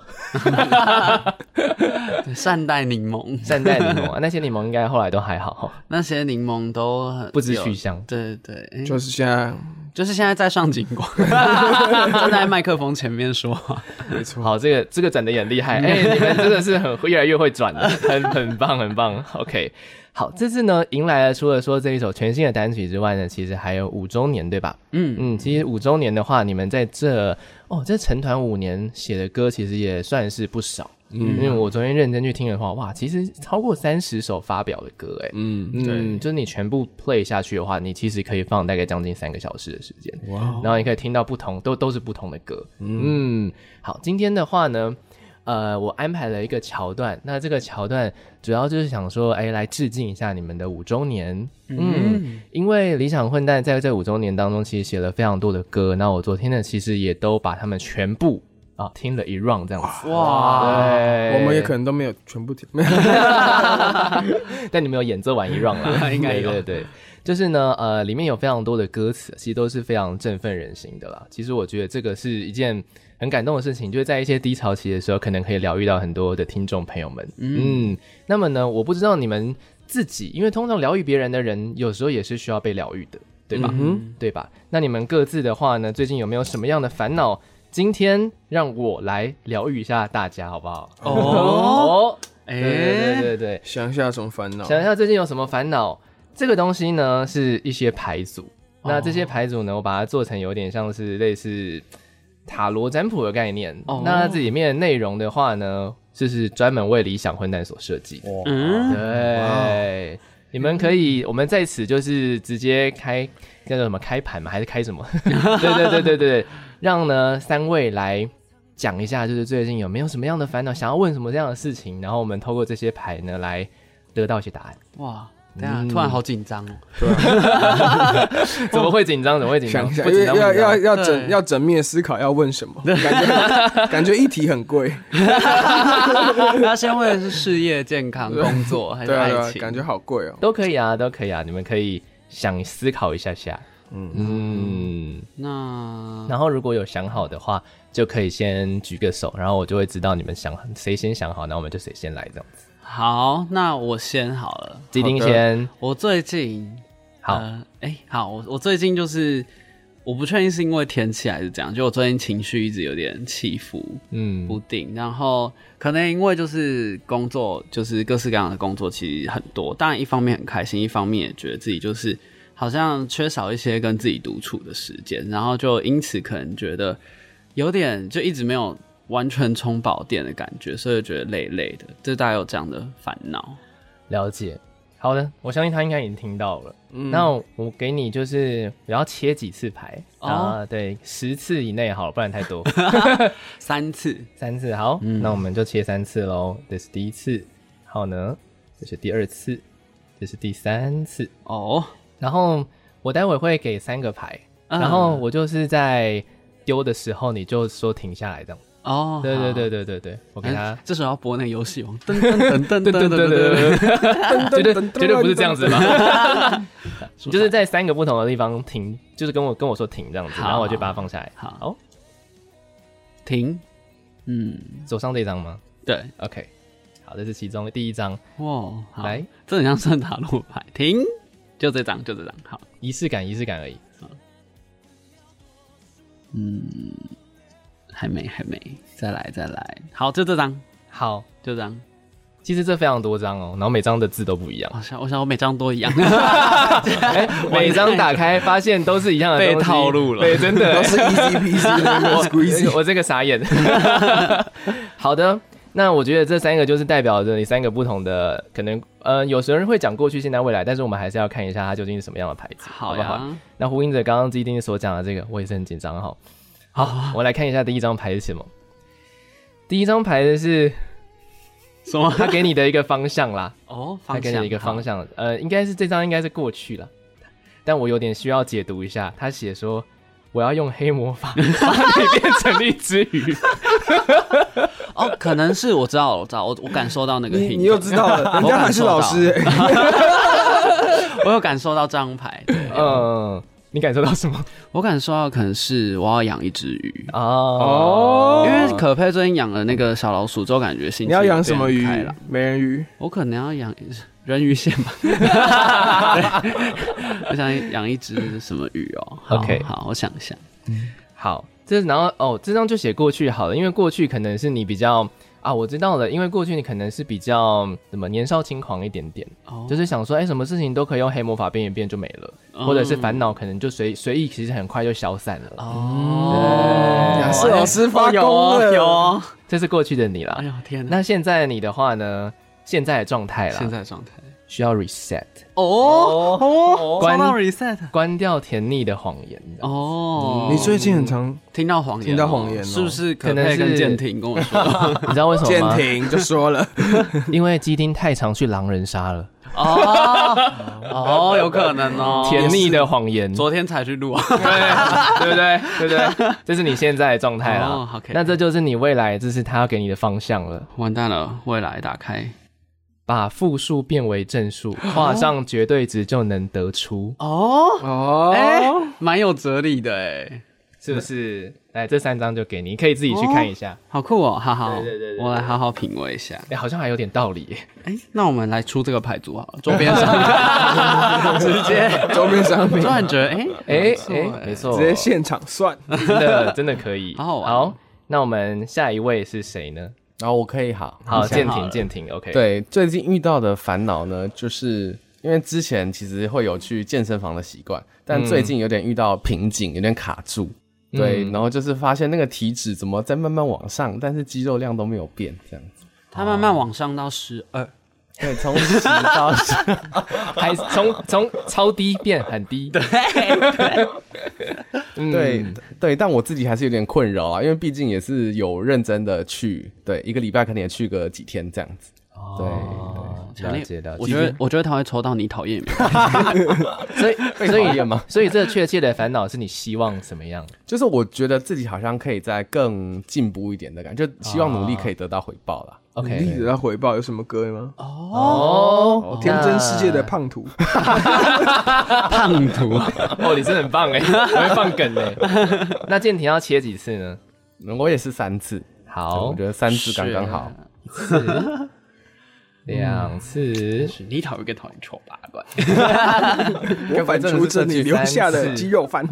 Speaker 2: 对善待柠檬，
Speaker 1: 善待柠檬啊，那些柠檬应该后来都还好哈，
Speaker 2: 那些柠檬都很
Speaker 1: 不知
Speaker 2: 有
Speaker 1: 去向。
Speaker 2: 对对对，就
Speaker 3: 就是现在
Speaker 2: 就是现在在上景光， 站在麦克风前面说话。
Speaker 3: 没错，
Speaker 1: 好，这个这个转的也很厉害，哎、你们真的是很越来越会转了，很很棒，很棒。OK，好，这次呢迎来了除了说这一首全新的单曲之外呢，其实还有五周年，对吧？
Speaker 2: 嗯，
Speaker 1: 嗯，其实五周年的话，你们在这哦，这成团五年写的歌其实也算是不少。嗯，因为我昨天认真去听的话，哇，其实超过三十首发表的歌，哎，
Speaker 3: 嗯，
Speaker 1: 嗯，就是你全部 play 下去的话，你其实可以放大概将近三个小时的时间，然后你可以听到不同，都都是不同的歌。嗯好，今天的话呢，呃，我安排了一个桥段，那这个桥段主要就是想说，哎，来致敬一下你们的五周年。嗯，因为理想混蛋在这五周年当中，其实写了非常多的歌，那我昨天呢，其实也都把他们全部啊听了一 round 这样子。
Speaker 2: 哇，
Speaker 1: 对
Speaker 3: 我们也可能都没有全部听，没有
Speaker 1: 但你们有演奏完一 round 啦，
Speaker 2: 应该有
Speaker 1: 对对对，就是呢，呃，里面有非常多的歌词，其实都是非常振奋人心的啦。其实我觉得这个是一件很感动的事情，就是在一些低潮期的时候，可能可以疗愈到很多的听众朋友们。嗯那么呢，我不知道你们自己，因为通常疗愈别人的人，有时候也是需要被疗愈的，对吧？嗯，对吧？那你们各自的话呢，最近有没有什么样的烦恼？今天让我来疗愈一下大家，好不好？
Speaker 2: 哦，
Speaker 1: 哦，对对对
Speaker 2: 哎，
Speaker 1: 对对，
Speaker 3: 想一下有什么烦恼。
Speaker 1: 想一下最近有什么烦恼？这个东西呢是一些牌组，那这些牌组呢，我把它做成有点像是类似塔罗占卜的概念。
Speaker 2: 哦
Speaker 1: 那这里面的内容的话呢，就是专门为理想混蛋所设计的。
Speaker 4: 哇，
Speaker 2: 嗯，
Speaker 1: 对，你们可以，我们 在此就是直接开叫做什么开盘嘛，还是开什么？对对对对对，让呢三位来讲一下，就是最近有没有什么样的烦恼，想要问什么这样的事情，然后我们透过这些牌呢来得到一些答案。
Speaker 2: 哇，等一下突然好紧张哦。
Speaker 1: 怎么会紧张？怎么会紧张
Speaker 3: 想一？下，
Speaker 1: 不
Speaker 3: 因
Speaker 1: 紧
Speaker 3: 为
Speaker 1: 张
Speaker 3: 要要要
Speaker 2: 对
Speaker 3: 整要整面思考要问什么，感觉 感觉议题很贵，
Speaker 2: 那先问的是事业、健康、工作还是
Speaker 3: 对啊对
Speaker 2: 爱
Speaker 3: 啊，
Speaker 2: 情？
Speaker 3: 感觉好贵哦。
Speaker 1: 都可以啊，都可以啊，你们可以想思考一下下。嗯嗯，
Speaker 2: 那
Speaker 1: 然后如果有想好的话，就可以先举个手，然后我就会知道你们想谁先想好，那我们就谁先来这样子。
Speaker 2: 好，那我先好了。
Speaker 1: 基丁先，
Speaker 2: 我最近
Speaker 1: 好，
Speaker 2: 呃哎、好，我我最近就是我不确定是因为天气还是怎样，就我最近情绪一直有点起伏
Speaker 1: 嗯
Speaker 2: 不定，然后可能因为就是工作，就是各式各样的工作其实很多，当然一方面很开心，一方面也觉得自己就是好像缺少一些跟自己独处的时间，然后就因此可能觉得有点就一直没有。完全充饱电的感觉，所以觉得累累的，就大概有这样的烦恼。
Speaker 1: 了解。好的，我相信他应该已经听到了。
Speaker 3: 嗯
Speaker 1: 那我给你就是我要切几次牌
Speaker 2: 哦
Speaker 1: 啊？对，十次以内好了，不然太多。
Speaker 2: 三次，
Speaker 1: 三次，好，
Speaker 2: 嗯
Speaker 1: 那我们就切三次喽。这是第一次，好呢，这是第二次，这是第三次。
Speaker 2: 哦，
Speaker 1: 然后我待会会给三个牌，
Speaker 2: 嗯
Speaker 1: 然后我就是在丢的时候你就说停下来这样。
Speaker 2: 哦，
Speaker 1: 对对
Speaker 2: 好
Speaker 1: 对对对对，我给他
Speaker 2: 嗯。这时候要播那个游戏王，噔噔噔噔噔噔噔噔，
Speaker 1: 对，绝对绝对不是这样子嘛，
Speaker 2: 你
Speaker 1: 就是在三个不同的地方停，就是跟我跟我说停这样子，
Speaker 2: 好
Speaker 1: 然后我就把它放下来。
Speaker 2: 好
Speaker 1: 好，
Speaker 2: 停，嗯，
Speaker 1: 手上这张吗
Speaker 2: 对，
Speaker 1: ？OK，好，这是其中第一张，
Speaker 2: 哇，好
Speaker 1: 来，
Speaker 2: 这很像圣塔路牌，停，就这张，就这张，好，
Speaker 1: 仪式感，仪式感而已。
Speaker 2: 还没，还没，再来，再来，好，就这张，
Speaker 1: 好，
Speaker 2: 就这张，
Speaker 1: 其实这非常多张哦，然后每张的字都不一 样。
Speaker 2: 我想，我想我每张都 一样，
Speaker 1: 哎，每张打开发现都是一样的东西，
Speaker 2: 被套路了
Speaker 1: 对，真的
Speaker 3: 都是 easy peasy 那个 squeezy，
Speaker 1: 我这个傻眼。好的，那我觉得这三个就是代表着你三个不同的可能，呃，有时候会讲过去、现在、未来，但是我们还是要看一下它究竟是什么样的牌子，好
Speaker 2: 好
Speaker 1: 不好？
Speaker 2: 呀，
Speaker 1: 那呼应着刚刚基丁所讲的这个，我也是很紧张哈。 好，
Speaker 2: 啊
Speaker 1: 我来看一下第一张牌是什么。第一张牌的是
Speaker 2: 什么？
Speaker 1: 他给你的一个方向啦，
Speaker 2: 哦，
Speaker 1: 他
Speaker 2: 方
Speaker 1: 给
Speaker 2: 向，
Speaker 1: 你一个方
Speaker 2: 好，
Speaker 1: 向，呃，应该是这张应该是过去了，但我有点需要解读一下。他写说我要用黑魔 法把你变成一只鱼，
Speaker 2: 哦，可能是我知道，我知道，我我感受到那个 hint，
Speaker 3: 你你又知道 了，人
Speaker 2: 我
Speaker 3: 家
Speaker 2: 感
Speaker 3: 还是
Speaker 2: 受
Speaker 3: 老
Speaker 2: 到
Speaker 3: 师，欸
Speaker 2: 我有感受到这张牌，对
Speaker 1: 嗯，你感受到什么？
Speaker 2: 我感受到可能是我要养一只鱼，
Speaker 1: 哦
Speaker 2: 因为可佩最近养了那个小老鼠之后，感觉心情
Speaker 3: 你要养什么鱼
Speaker 2: 变开朗？
Speaker 3: 美人鱼。
Speaker 2: 我可能要养人鱼线吧，我想养一只什么鱼哦。好
Speaker 1: OK
Speaker 2: 好，我想一想。
Speaker 1: 好，这然后哦，这张就写过去好了，因为过去可能是你比较啊，我知道了，因为过去你可能是比较怎么年少轻狂一点点，
Speaker 2: 哦，
Speaker 1: 就是想说，哎、什么事情都可以用黑魔法变一变就没了，
Speaker 2: 嗯
Speaker 1: 或者是烦恼可能就随随意，其实很快就消散了。
Speaker 2: 哦，
Speaker 3: 雅思老师发
Speaker 2: 哦有
Speaker 3: 功
Speaker 2: 哦
Speaker 3: 了
Speaker 2: 有哦。
Speaker 1: 这是过去的你啦。
Speaker 2: 哎呦天哪！
Speaker 1: 那现在你的话呢？现在的状态啦，
Speaker 2: 现在的状态
Speaker 1: 需要 reset，
Speaker 2: 哦哦，
Speaker 1: 关
Speaker 2: 关到 reset
Speaker 1: 关掉甜腻的谎言。哦，
Speaker 2: 哦。
Speaker 3: 你最近很常
Speaker 2: 听到谎言哦，
Speaker 3: 听到谎言哦
Speaker 2: 是不是？
Speaker 1: 可
Speaker 2: 可
Speaker 1: 能
Speaker 2: 佩
Speaker 1: 是
Speaker 2: 跟建廷跟我说
Speaker 1: 你知道 为什么
Speaker 3: 舰
Speaker 1: 吗？
Speaker 3: 艇就说 了，
Speaker 1: 因为基丁太常去狼人杀了，
Speaker 2: 哦哦，有可能哦。
Speaker 1: 甜腻的谎言，对
Speaker 2: 昨天才去录啊。
Speaker 1: 对不对？对不对？这是你现在的状态
Speaker 2: 哦
Speaker 1: 啦
Speaker 2: ，OK。
Speaker 1: 那这就是你未来，这是他要给你的方向了。
Speaker 2: 完蛋了，未来打开
Speaker 1: 把负数变为正数，画上绝对值就能得出，
Speaker 2: 哦，
Speaker 3: 哦，
Speaker 2: 哎、蛮有哲理的哎，
Speaker 1: 是不是？来，这三张就给你，你可以自己去看一下。
Speaker 2: 好酷哦，好好，
Speaker 1: 对对对对对
Speaker 2: 我来好好品味一下。
Speaker 1: 哎，好像还有点道理耶。
Speaker 2: 哎、那我们来出这个牌组好了，周边上 直接，
Speaker 3: 周边商品
Speaker 2: 突 然觉得哎
Speaker 1: 哎
Speaker 2: 哎
Speaker 1: 哎，没错，
Speaker 3: 直接现场 算，
Speaker 1: 真的真的可以，
Speaker 2: 好好玩
Speaker 1: 那我们下一位是谁呢？
Speaker 4: 然后我可以好，
Speaker 1: 好，
Speaker 2: 想
Speaker 1: 舰
Speaker 2: 好
Speaker 1: 艇，
Speaker 2: 了
Speaker 1: 舰艇，OK，，
Speaker 4: 对，最近遇到的烦恼呢，就是因为之前其实会有去健身房的习惯，但最近有点遇到瓶颈，有点卡住。对，
Speaker 1: 嗯
Speaker 4: 然后就是发现那个体脂怎么
Speaker 2: 哦
Speaker 4: 在慢慢往上，但是肌肉量都没有变，这样子。
Speaker 2: 它慢慢往上到十二，
Speaker 4: 对，从十到十，
Speaker 1: 还从从超低变很低，对，
Speaker 4: 对对，但我自己还是有点困扰啊，因为毕竟也是有认真的去，对，一个礼拜可能也去个几天这样子。
Speaker 1: 哦
Speaker 2: 强
Speaker 1: 了
Speaker 2: 烈
Speaker 1: 解了
Speaker 2: 我
Speaker 1: 解。
Speaker 2: 觉得，我觉得他会抽到你讨厌也没有
Speaker 1: 所 以
Speaker 4: 被
Speaker 1: 所
Speaker 4: 讨
Speaker 1: 以
Speaker 4: 厌吗
Speaker 1: 所以这确切的烦恼是你希望怎么 样？
Speaker 4: 就是我觉得自己好像可以再更进步一点的感觉，就希望努力可以得到回报啦。
Speaker 1: OK
Speaker 3: 例子要回报有什么歌吗？
Speaker 1: 哦
Speaker 3: 哦，天真世界的胖图，
Speaker 2: 叛徒。
Speaker 1: 哦，你真的很 棒哎，还会放梗哎。 那建廷要切几次呢？
Speaker 4: 呃我也是三次，
Speaker 1: 好，
Speaker 4: 我觉得三次刚刚好。
Speaker 2: 嗯
Speaker 1: 两次。
Speaker 2: 是你讨厌跟讨厌丑八 怪，
Speaker 3: 我反出这你留下的鸡肉 饭。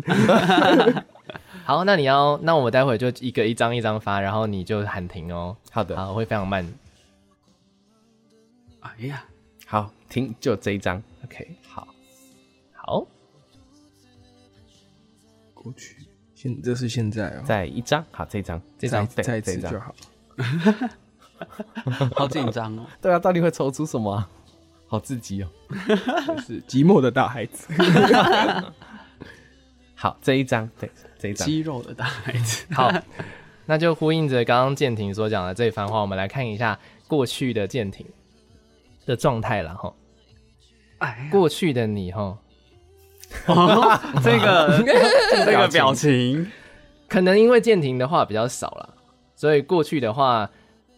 Speaker 1: 好，那你要，那我待会就一个一张一张发，然后你就喊停哦。
Speaker 4: 好的，
Speaker 1: 好，我会非常慢。
Speaker 2: 哎呀，
Speaker 4: 好，停，就这一张。
Speaker 1: OK，好，好，
Speaker 3: 过去，现这是现在哦，
Speaker 4: 再一张，好，这一张，
Speaker 1: 这
Speaker 3: 再
Speaker 1: 张
Speaker 4: 对
Speaker 3: 再一
Speaker 4: 这
Speaker 3: 次
Speaker 4: 一张
Speaker 3: 就好。
Speaker 2: 好紧张哦！
Speaker 4: 对啊，到底会抽出什么、啊？好刺激哦！
Speaker 3: 是寂寞的大孩 子，
Speaker 4: 好，这一张，对，这一张，
Speaker 2: 肌肉的大孩子，
Speaker 1: 好，那就呼应着刚刚建廷所讲的这一番话，我们来看一下过去的建廷的状态了哈。
Speaker 2: 哎呀，
Speaker 1: 过去的你哈，
Speaker 2: 哦 这 个这个表情，
Speaker 1: 可能因为建廷的话比较少了，所以过去的话，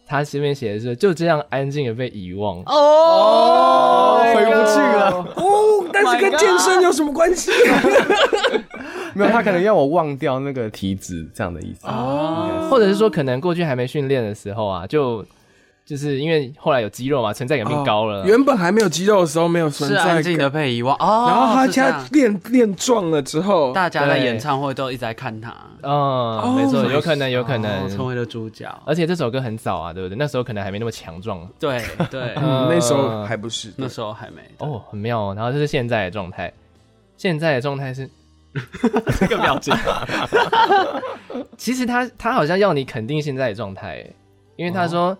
Speaker 1: 他前面写的是就这样安静的被遗忘。
Speaker 2: 哦，
Speaker 3: 哎
Speaker 2: ，Oh
Speaker 4: 回不去了。
Speaker 3: 哦，但是跟健身有什么关系？
Speaker 4: 没有，他可能要我忘掉那个体脂这样的意思。
Speaker 1: 啊或者是说，可能过去还没训练的时候啊，就就是因为后来有肌肉嘛，存在感变
Speaker 2: 哦
Speaker 1: 高了。
Speaker 3: 原本还没有肌肉的时候没有存
Speaker 2: 是安
Speaker 3: 在
Speaker 2: 静
Speaker 3: 感，
Speaker 2: 的被遗忘哦。
Speaker 3: 然后他
Speaker 2: 是这
Speaker 3: 现
Speaker 2: 样
Speaker 3: 在练练壮了之后，
Speaker 2: 大家在
Speaker 1: 对
Speaker 2: 演唱会都一直在看他，
Speaker 1: 嗯，没错，有可能，有可
Speaker 2: 哦成
Speaker 1: 能。
Speaker 2: 为了主角。
Speaker 1: 而且这首歌很早啊，对不对？那时候可能还没那么强壮啊
Speaker 2: 对对，
Speaker 3: 嗯那时候
Speaker 1: 嗯
Speaker 3: 还不是，
Speaker 2: 那时候还没
Speaker 1: 哦，很妙哦。然后这是现在的状态，现在的状态是，
Speaker 2: 这个表情，
Speaker 1: 其实他他好像要你肯定现在的状态耶，因为他说、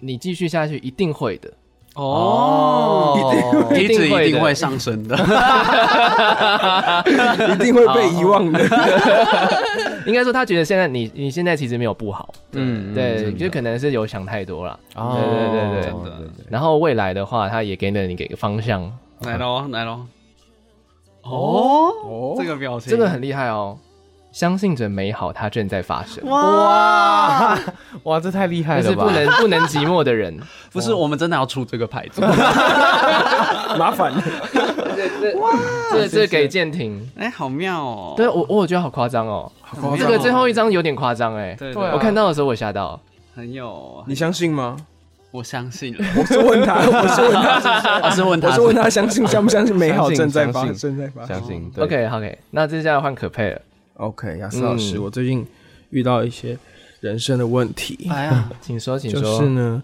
Speaker 1: 你继续下去一定会的，
Speaker 2: 哦，体脂
Speaker 1: 一定会的
Speaker 2: 一定会上升的，
Speaker 3: 一定会被遗忘的。
Speaker 1: 应该说他觉得现在你你现在其实没有不好，
Speaker 2: 嗯，
Speaker 1: 对，就可能是有想太多了。
Speaker 4: 哦
Speaker 1: 对对对对
Speaker 2: 真的
Speaker 1: 然后未来的话，他也给了你给个方向，
Speaker 2: 来喽来喽，哦，
Speaker 3: 哦
Speaker 2: 这个表情
Speaker 1: 这个很厉害哦。相信着美好，它正在发生。
Speaker 4: 哇哇，这太厉害
Speaker 1: 但
Speaker 4: 了
Speaker 1: 是
Speaker 4: 吧！
Speaker 1: 不能不能寂寞的人，
Speaker 2: 不是我们真的要出这个牌子，
Speaker 3: 麻烦，
Speaker 1: 这这给舰艇。
Speaker 2: 哎，好妙哦，
Speaker 1: 对啊我我觉得好夸张哦，
Speaker 3: 好
Speaker 1: 这个最后一张有点夸张哎。
Speaker 2: 对
Speaker 4: 对啊
Speaker 1: 我看到的时候我吓到，
Speaker 2: 很有，
Speaker 3: 你相信吗？
Speaker 2: 我相信了，
Speaker 3: 我是问他，我是问他，
Speaker 2: 我是问他，
Speaker 3: 我是问他相 信相不相信美好
Speaker 4: 相信
Speaker 3: 正在发
Speaker 4: 相
Speaker 3: 生，
Speaker 4: 信
Speaker 3: 正在发生
Speaker 4: 相。信对
Speaker 1: OK OK，那接下来换可佩了，
Speaker 3: OK，雅思老师，
Speaker 1: 嗯
Speaker 3: 我最近遇到一些人生的问题，
Speaker 2: 哎呀，
Speaker 1: 请说，请
Speaker 3: 就是
Speaker 1: 说。
Speaker 3: 呢，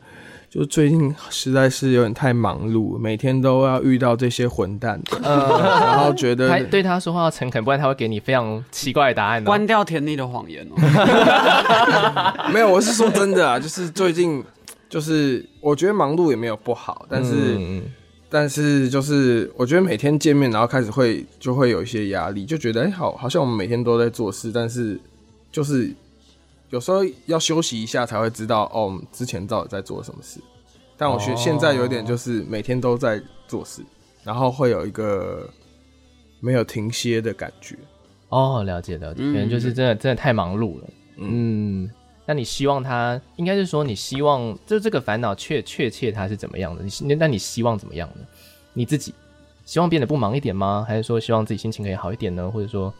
Speaker 3: 就最近实在是有点太忙碌，每天都要遇到这些混蛋，
Speaker 4: 呃
Speaker 3: 然后觉得
Speaker 1: 他对他说话要诚恳，不然他会给你非常奇怪的答案哦。
Speaker 2: 关掉甜蜜的谎言哦，
Speaker 3: 没有，我是说真的啊，就是最近就是我觉得忙碌也没有不好，但是、
Speaker 1: 嗯
Speaker 3: 但是就是我觉得每天见面，然后开始会就会有一些压力，就觉得哎、好好像我们每天都在做事，但是就是有时候要休息一下才会知道哦，我们之前到底在做什么事。但我学、现在有点就是每天都在做事，然后会有一个没有停歇的感觉。
Speaker 1: 哦，了解了解，可能就是真的真的太忙碌了。嗯，那你希望他，应该是说你希望，就这个烦恼确确切它是怎么样的？你希那你希望怎么样呢？你自己希望变得不忙一点吗？还是说希望自己心情可以好一点呢？或者说，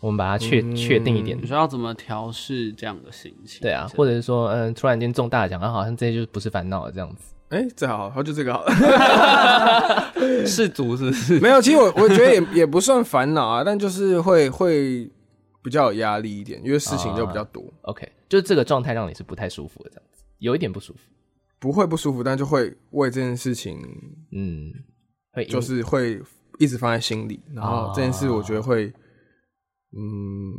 Speaker 1: 我们把它确、确定一点
Speaker 2: 你？说要怎么调试这样的心情？
Speaker 1: 对啊，或者是说，嗯，突然间中大奖啊，好像这就不是烦恼了这样子。
Speaker 3: 哎、这好，好就这个 好了。
Speaker 2: 是足是不是？
Speaker 3: 没有，其实我我觉得也也不算烦恼啊，但就是会会比较有压力一点，因为事情就比较多，
Speaker 1: OK，就是这个状态让你是不太舒服的这样子，有一点不舒服。
Speaker 3: 不会不舒服，但就会为这件事情
Speaker 1: 嗯，会
Speaker 3: 就
Speaker 1: 就是
Speaker 3: 是会一直放在心里，然后这件事我觉得会，嗯，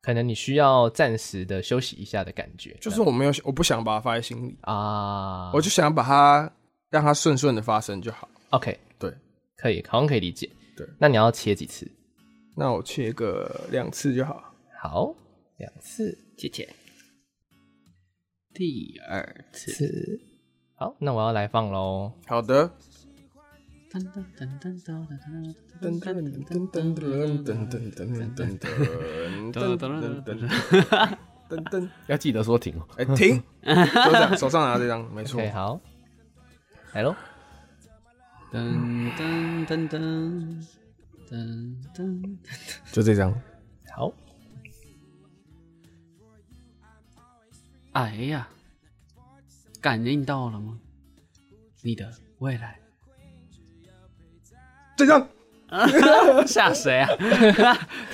Speaker 1: 可能你需要暂时的休息一下的感觉，这
Speaker 3: 就
Speaker 1: 样
Speaker 3: 是我没有我不想把它放在心里，
Speaker 1: 啊，
Speaker 3: 我就想把它让它顺顺的发生就好。
Speaker 1: OK，
Speaker 3: 对，
Speaker 1: 可以，好像可以理解。
Speaker 3: 对，
Speaker 1: 那你要切几次？
Speaker 3: 那我切个两次就好。
Speaker 1: 好，两次，
Speaker 2: 姐姐。第二次，
Speaker 1: 次。好，那我要来放喽。
Speaker 3: 好的。
Speaker 2: 噔噔噔噔噔
Speaker 3: 噔
Speaker 2: 噔噔
Speaker 3: 噔
Speaker 2: 噔
Speaker 3: 噔噔噔噔
Speaker 2: 噔噔噔噔
Speaker 3: 噔
Speaker 2: 噔。
Speaker 3: 噔噔噔噔噔噔噔噔噔，
Speaker 4: 要记得说停哦。
Speaker 3: 哎，停！就这样，手上拿这张，没错
Speaker 1: OK，。好，来喽。
Speaker 2: 噔噔噔噔噔噔，
Speaker 3: 就这张。
Speaker 1: 好，
Speaker 2: 哎呀，感应到了吗？你的 未来
Speaker 3: 这张
Speaker 2: 吓 谁啊？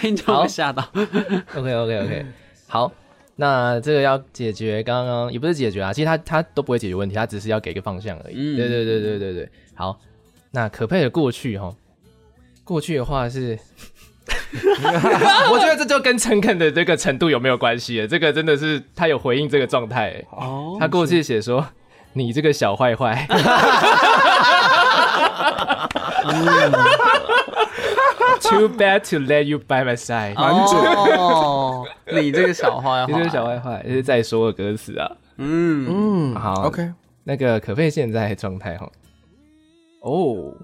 Speaker 2: 听众
Speaker 1: 好
Speaker 2: 会吓到。
Speaker 1: OK OK OK，好，那这个要解决刚刚也不是解决啊，其实他他都不会解决问题，他只是要给一个方向而已。
Speaker 2: 嗯
Speaker 1: 对对对对对对，好，那可佩的过去哈，过去的话是。我觉得这就跟诚恳的这个程度有没有关系了？这个真的是他有回应这个状态。
Speaker 2: 哦，
Speaker 1: 他过去写说：“你这个小坏坏。”，Too bad to let you by my side。
Speaker 3: 蛮准
Speaker 2: 哦，你这个小花，
Speaker 1: 你这个小坏坏，就是在说的歌词啊。
Speaker 2: 嗯，
Speaker 3: 嗯
Speaker 1: 好
Speaker 3: OK，
Speaker 1: 那个可佩现在的状态哈，哦，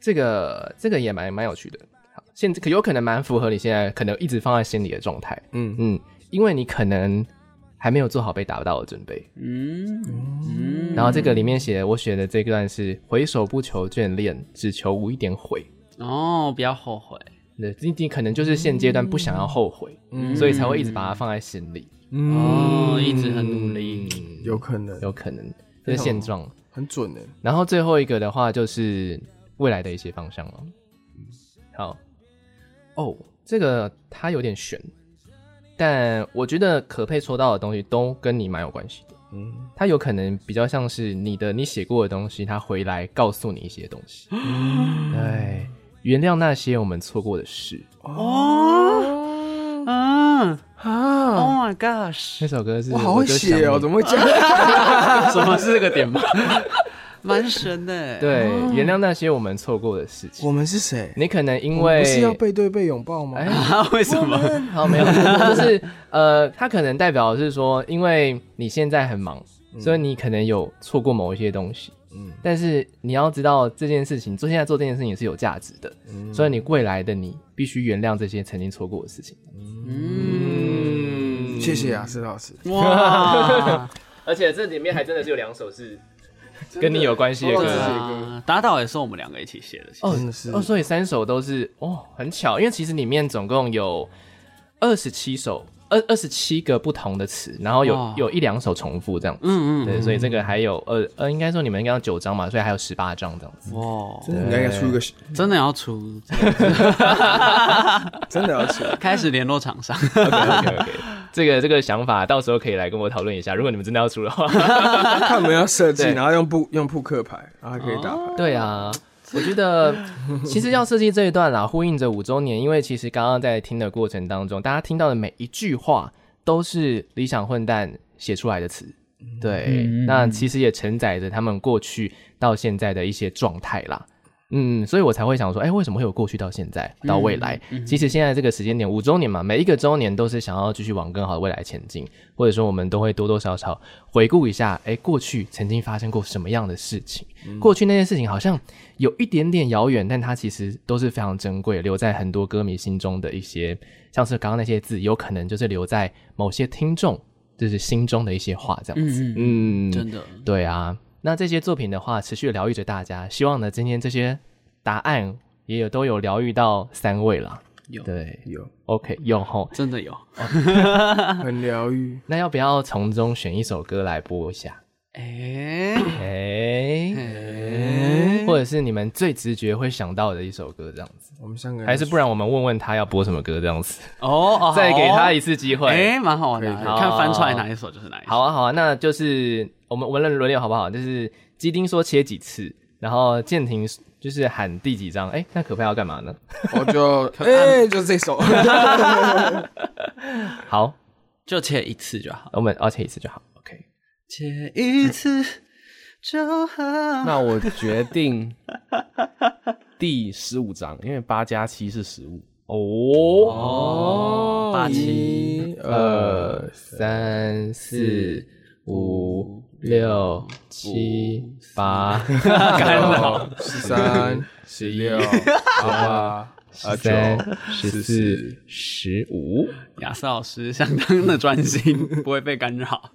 Speaker 1: 这个这个也蛮蛮有趣的。好，现在可有可能蛮符合你现在可能一直放在心里的状态。
Speaker 3: 嗯，
Speaker 1: 嗯，因为你可能还没有做好被打到的准备。
Speaker 2: 嗯嗯，
Speaker 1: 然后这个里面写我写的这段是“回首不求眷恋，只求无一点悔
Speaker 2: 哦，不要后悔，”。
Speaker 1: 那你你可能就是现阶段不想要后悔，
Speaker 3: 嗯
Speaker 1: 所以才会一直把它放在心里。嗯
Speaker 2: 哦，一直很努力，
Speaker 3: 有可能，
Speaker 1: 有可能这是现状。
Speaker 3: 很准欸诶。
Speaker 1: 然后最后一个的话就是未来的一些方向了。好，哦，这个它有点悬，但我觉得可佩说到的东西都跟你蛮有关系的。
Speaker 3: 嗯，
Speaker 1: 它有可能比较像是你的你写过的东西，它回来告诉你一些东 西。对，原谅那些我们错过的事。嗯
Speaker 2: 哦，啊，Oh
Speaker 3: 啊，
Speaker 2: my gosh，
Speaker 1: 那首歌是
Speaker 3: 我好会写哦，怎
Speaker 1: 么
Speaker 3: 么会这样？
Speaker 2: 什么是这个点吗？蛮神的，，
Speaker 1: 对？原谅那些我们错过的事情。
Speaker 3: 我们是谁？
Speaker 1: 你可能因
Speaker 3: 我们
Speaker 1: 为
Speaker 3: 不是要背对背拥抱吗？
Speaker 1: 哎
Speaker 2: 啊，为什么？
Speaker 1: 好，没有，就是呃，它可能代表的是说，因为你现在很忙，所以你可能有错过某一些东西。
Speaker 3: 嗯
Speaker 1: 但是你要知道这件事情，做现在做这件事情是有价值的，
Speaker 3: 嗯
Speaker 1: 所以你未来的你必须原谅这些曾经错过的事情。
Speaker 2: 嗯，
Speaker 3: 谢谢雅思老师。
Speaker 2: 哇，
Speaker 1: 而且这里面还真的是有两首是跟你有关系的
Speaker 3: 真
Speaker 1: 歌
Speaker 3: 的
Speaker 1: 啊。
Speaker 2: 啊打倒也是我们两个一起写的，其实
Speaker 1: 哦
Speaker 3: 真的是
Speaker 1: 哦，所以三首都是哦，很巧，因为其实里面总共有二十七首，二二十七个不同的词，然后有、
Speaker 2: 哇
Speaker 1: 有一两首重复这样子。
Speaker 2: 嗯嗯
Speaker 1: 对，所以这个还有呃呃，应该说你们应该有九张嘛，所以还有十八张这样子。
Speaker 2: 嗯，哇，
Speaker 3: 真的，你应该出一个，
Speaker 2: 真的要 出，
Speaker 3: 真的要 出。
Speaker 2: 开始联络厂商，
Speaker 1: 这个这个想法到时候可以来跟我讨论一下，如果你们真的要出的话。
Speaker 3: 看我们要设计，
Speaker 1: 对
Speaker 3: 然后用扑用扑克牌，然后还可以打牌。
Speaker 1: 对啊，我觉得其实要设计这一段啦，呼应着五周年，因为其实刚刚在听的过程当中，大家听到的每一句话都是理想混蛋写出来的词。对，
Speaker 2: 嗯
Speaker 1: 那其实也承载着他们过去到现在的一些状态啦。嗯，所以我才会想说，哎、为什么会有过去到现在到未来？
Speaker 2: 嗯
Speaker 1: 其实现在这个时间点五周年嘛，每一个周年都是想要继续往更好的未来前进，或者说我们都会多多少少回顾一下，哎、过去曾经发生过什么样的事情？
Speaker 2: 嗯
Speaker 1: 过去那件事情好像有一点点遥远，但它其实都是非常珍贵，留在很多歌迷心中的一些，像是刚刚那些字，有可能就是留在某些听众就是心中的一些话这样子。
Speaker 2: 嗯
Speaker 1: 嗯，
Speaker 2: 嗯，真的，
Speaker 1: 对啊，那这些作品的话，持续地疗愈着大家。希望呢，今天这些答案也有都有疗愈到三位啦。
Speaker 2: 有
Speaker 1: 对
Speaker 3: 有
Speaker 1: ，OK，有吼。
Speaker 2: 真的有，
Speaker 3: 很疗愈，
Speaker 1: 那要不要从中选一首歌来播一下？
Speaker 2: 哎
Speaker 1: 哎、
Speaker 2: 哎，
Speaker 1: 或者是你们最直觉会想到的一首歌这样子，
Speaker 3: 我们三个人
Speaker 1: 还是不然我们问问他要播什么歌这样子，
Speaker 2: 哦，哦
Speaker 1: 再给他一
Speaker 2: 好
Speaker 1: 次机会。
Speaker 2: 哎，蛮好玩的，
Speaker 3: 可
Speaker 1: 可
Speaker 3: 以
Speaker 1: 以
Speaker 2: 看翻出来哪一首就是哪一首，
Speaker 1: 好啊，好啊，那就是我们我们轮流好不好？就是基丁说切几次，然后建廷就是喊第几张。哎、那可佩要干嘛呢？
Speaker 3: 我哦就哎，就这 首。
Speaker 1: 好，
Speaker 2: 就切一次就好。
Speaker 1: 我们哦切一次就好。OK，
Speaker 2: 切一次，就好。
Speaker 4: 那我决定第十五章，因为八加七是十五。
Speaker 2: 哦，八七
Speaker 3: 一
Speaker 1: 二
Speaker 3: 二
Speaker 1: 三四五六七八
Speaker 2: 哦
Speaker 3: 九十三十六十八
Speaker 1: 十三十四十五。
Speaker 2: 雅思老师相当的专心， 不会被干扰。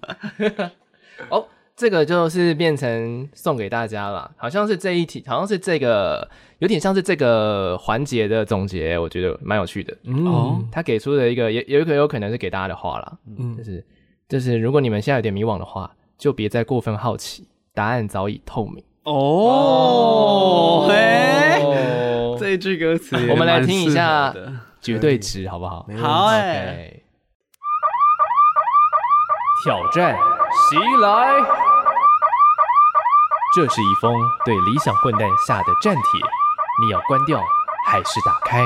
Speaker 1: 哦，这个就是变成送给大家了，好像是这一题，好像是这个，有点像是这个环节的总结，我觉得蛮有趣的。
Speaker 2: 哦
Speaker 1: 他给出的一个也也有可有可能是给大家的话啦，
Speaker 3: 嗯
Speaker 1: 就是就是如果你们现在有点迷惘的话，就别再过分好奇，答案早已透明。
Speaker 2: 哦，哎嘿，
Speaker 1: 哦，
Speaker 2: 这一句歌词也
Speaker 1: 我们来
Speaker 2: 蛮
Speaker 1: 听一
Speaker 2: 适合
Speaker 1: 下
Speaker 2: 的。
Speaker 1: 绝对值好不好？
Speaker 2: 好哎，
Speaker 1: OK，挑战袭来！这是一封对理想混蛋下的战帖，你要关掉还是打开？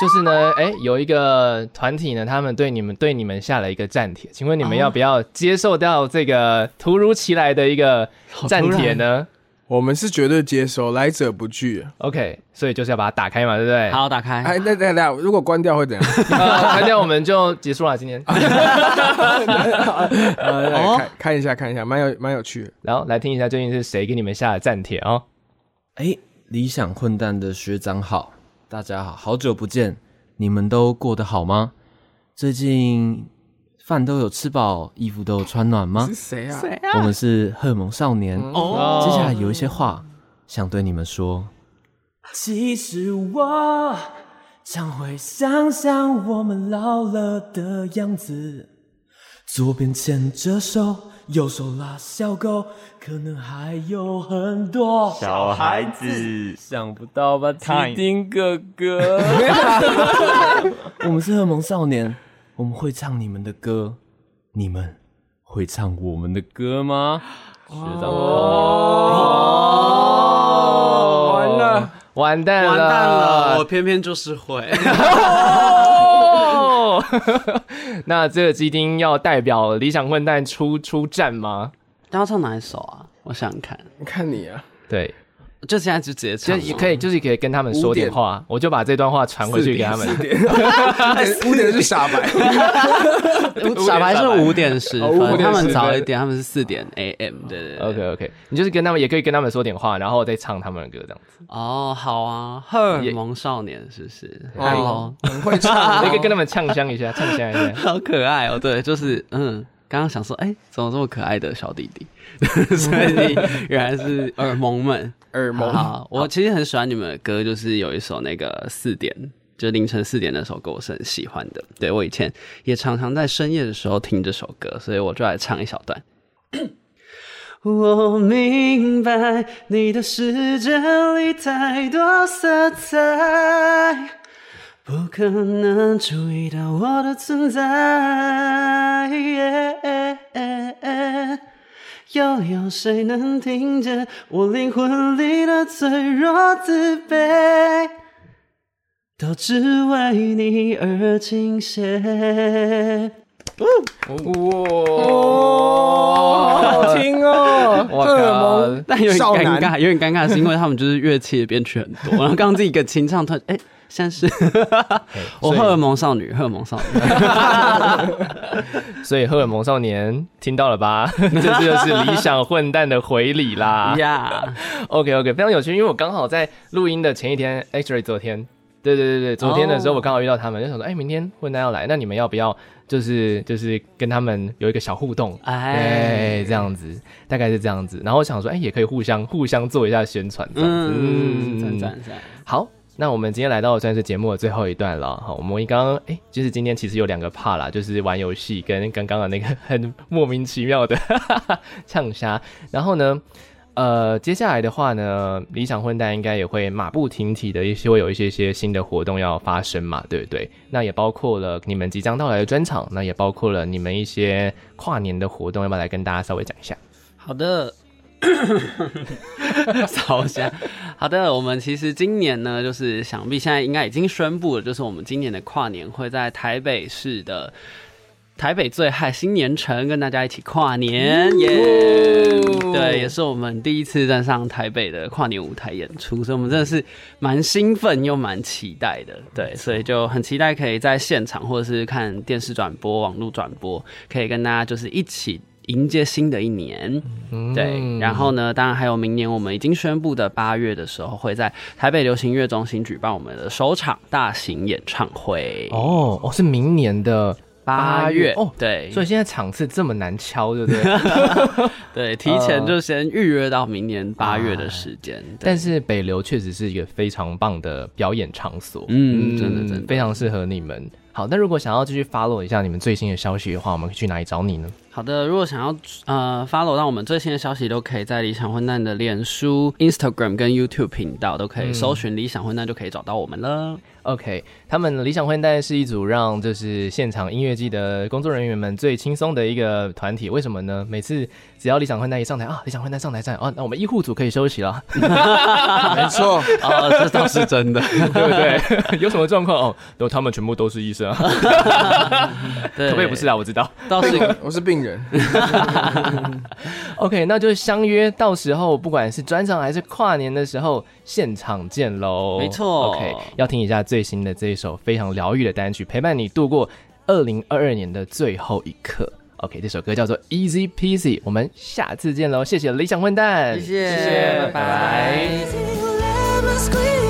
Speaker 1: 就是呢， 哎，有一个团体呢，他们对你们对你们下了一个战帖，请问你们要不要接受到这个突如其来的一个战帖呢
Speaker 3: 我们是绝对接收，来者不拒。
Speaker 1: ？OK，所以就是要把它打开嘛，对不对？
Speaker 2: 好，打开。
Speaker 3: 哎，那那那，如果关掉会怎样？
Speaker 1: 呃，关掉我们就结束了今天。
Speaker 3: 呃
Speaker 2: 哦
Speaker 3: 来看看一下，看一下，蛮有蛮有趣的。
Speaker 1: 然后来听一下究竟是谁给你们下的暂帖哦。
Speaker 5: 哎，理想混蛋的学长好，大家好，好久不见，你们都过得好吗？最近饭都有吃饱，衣服都有穿暖吗
Speaker 3: 是？谁啊？
Speaker 2: 谁
Speaker 5: 我
Speaker 2: 啊？
Speaker 5: 们是荷尔蒙少年，
Speaker 2: 哦
Speaker 5: 接下来有一些话想对你们说。其实我常会想象我们老了的样子，左边牵着手，右手拉小狗，可能还有很多小孩子。想不到吧，基丁哥 哥。我们是荷尔蒙少年，我们会唱你们的歌，你们会唱我们的歌吗？学长
Speaker 1: 哦，完了，完蛋了，
Speaker 2: 完蛋了，我偏偏就是会。
Speaker 1: 哦， 那这个基丁要代表理想混蛋出出战吗？
Speaker 2: 要唱哪一首啊？我想想看，
Speaker 3: 你看你啊，
Speaker 1: 对，
Speaker 2: 就现在就直接
Speaker 1: 就
Speaker 2: 唱吗。
Speaker 1: 也可以，就是可以跟他们说点话，我就把这段话传回去给他们。
Speaker 3: 五点是傻白，
Speaker 2: 五傻白是五点十
Speaker 3: 哦五
Speaker 2: 分，
Speaker 3: 点
Speaker 2: 他们
Speaker 3: 十
Speaker 2: 早一
Speaker 3: 分
Speaker 2: 点，他们是四点 AM，对对对。
Speaker 1: OK OK，你就是跟他们，也可以跟他们说点话，然后再唱他们的歌，这样子。
Speaker 2: 哦，好啊，荷尔蒙少年是不是？Hello，
Speaker 3: 很会唱
Speaker 1: 你可以
Speaker 3: 哦。
Speaker 1: 跟他们呛香一下，呛香一下。
Speaker 2: 好可爱哦。对，就是嗯，刚刚想说，哎，怎么这么可爱的小弟弟？ 所以原来是耳蒙们。
Speaker 3: 耳
Speaker 2: 好
Speaker 3: 蒙，
Speaker 2: 好，我其实很喜欢你们的歌，就是有一首那个四点，就是凌晨四点那首歌，我是很喜欢的。对我以前也常常在深夜的时候听这首歌，所以我就来唱一小段。 我明白你的世界里太多色彩，不可能注意到我的存在。又有谁能听见我灵魂里的脆弱、自卑，都只为你而倾斜？
Speaker 3: 哇，好 听哦！
Speaker 1: 我
Speaker 3: 荷尔蒙
Speaker 1: 靠，
Speaker 2: 但有点
Speaker 3: 少
Speaker 2: 尴
Speaker 3: 男
Speaker 2: 尬，有点尴尬，是因为他们就是乐器的编曲很 多，然后刚刚自己一个清唱突然，哎、现在是 我荷尔蒙少女，荷尔蒙少女，
Speaker 1: 所以荷尔蒙少年听到了吧？这就是理想混蛋的回礼啦。
Speaker 2: 呀，
Speaker 1: OK OK，非常有趣，因为我刚好在录音的前一天，actually 昨天，对对对对，昨天的时候我刚好遇到他们，就想说，哎、明天混蛋要来，那你们要不要就是就是跟他们有一个小互动？
Speaker 2: 哎，
Speaker 1: 哎，这样子，大概是这样子。然后我想说，哎、也可以互相互相做一下宣传，这样子。
Speaker 2: 嗯，赞赞赞，
Speaker 1: 好，那我们今天来到算是节目的最后一段了哈。我们刚刚哎，就是今天其实有两个 part 啦，就是玩游戏跟刚刚的那个很莫名其妙的 呛虾。然后呢，呃，接下来的话呢，理想混蛋应该也会马不停蹄的一些会有一些些新的活动要发生嘛，对不对？那也包括了你们即将到来的专场，那也包括了你们一些跨年的活动，要不要来跟大家稍微讲一下？
Speaker 2: 好的。扫一下，好的，我们其实今年呢，就是想必现在应该已经宣布了，就是我们今年的跨年会在台北市的台北最嗨新年城，跟大家一起跨年耶对，也是我们第一次站上台北的跨年舞台演出，所以我们真的是蛮兴奋又蛮期待的。对，所以就很期待可以在现场或者是看电视转播、网络转播，可以跟大家就是一起。迎接新的一年，对，然后呢，当然还有明年我们已经宣布的八月的时候，会在台北流行音乐中心举办我们的首场大型演唱会。
Speaker 1: 哦哦，是明年的
Speaker 2: 八月
Speaker 1: 哦，
Speaker 2: 对，
Speaker 1: 所以现在场次这么难敲，对不对？
Speaker 2: 对，提
Speaker 1: 呃
Speaker 2: 前就先预约到明年
Speaker 1: 啊
Speaker 2: 八月的时间。
Speaker 1: 但
Speaker 2: 是，
Speaker 1: 是北流确实是一个非常棒的表演场所，
Speaker 2: 嗯，真的真的
Speaker 1: 非常适合你们。好，那如果想要继续 follow 一下你们最新的消息的话，我们可以去哪里找你呢？
Speaker 2: 好的。如果想要呃 follow 到我们最新的消息，都可以在理想混蛋的脸书、Instagram 跟 YouTube 频道都
Speaker 1: 嗯
Speaker 2: 可以搜寻理想混蛋，就可以找到我们 了。
Speaker 1: OK，他们理想混蛋是一组让就是现场音乐季的工作人员们最轻松的一个团体，为什么呢？每次只要理想混蛋一上台啊，理想混蛋上台站啊，那我们医护组可以休息了，
Speaker 3: 没错，
Speaker 2: 哦，这倒是真的，
Speaker 1: 对不 对？有什么状况哦？都他们全部都是医生啊，
Speaker 2: 对，
Speaker 1: 可不可以不是啊？我知道。
Speaker 2: 倒是
Speaker 3: 我是病人，
Speaker 1: OK，那就相约到时候，不管是专场还是跨年的时候，现场见喽。
Speaker 2: 没错
Speaker 1: ，OK，要听一下最新的这一首非常疗愈的单曲，陪伴你度过二零二二年的最后一刻。OK，这首歌叫做 Easy Peasy，我们下次见喽，谢谢理想混蛋，
Speaker 2: 谢谢，拜拜。
Speaker 6: Let me squeeze.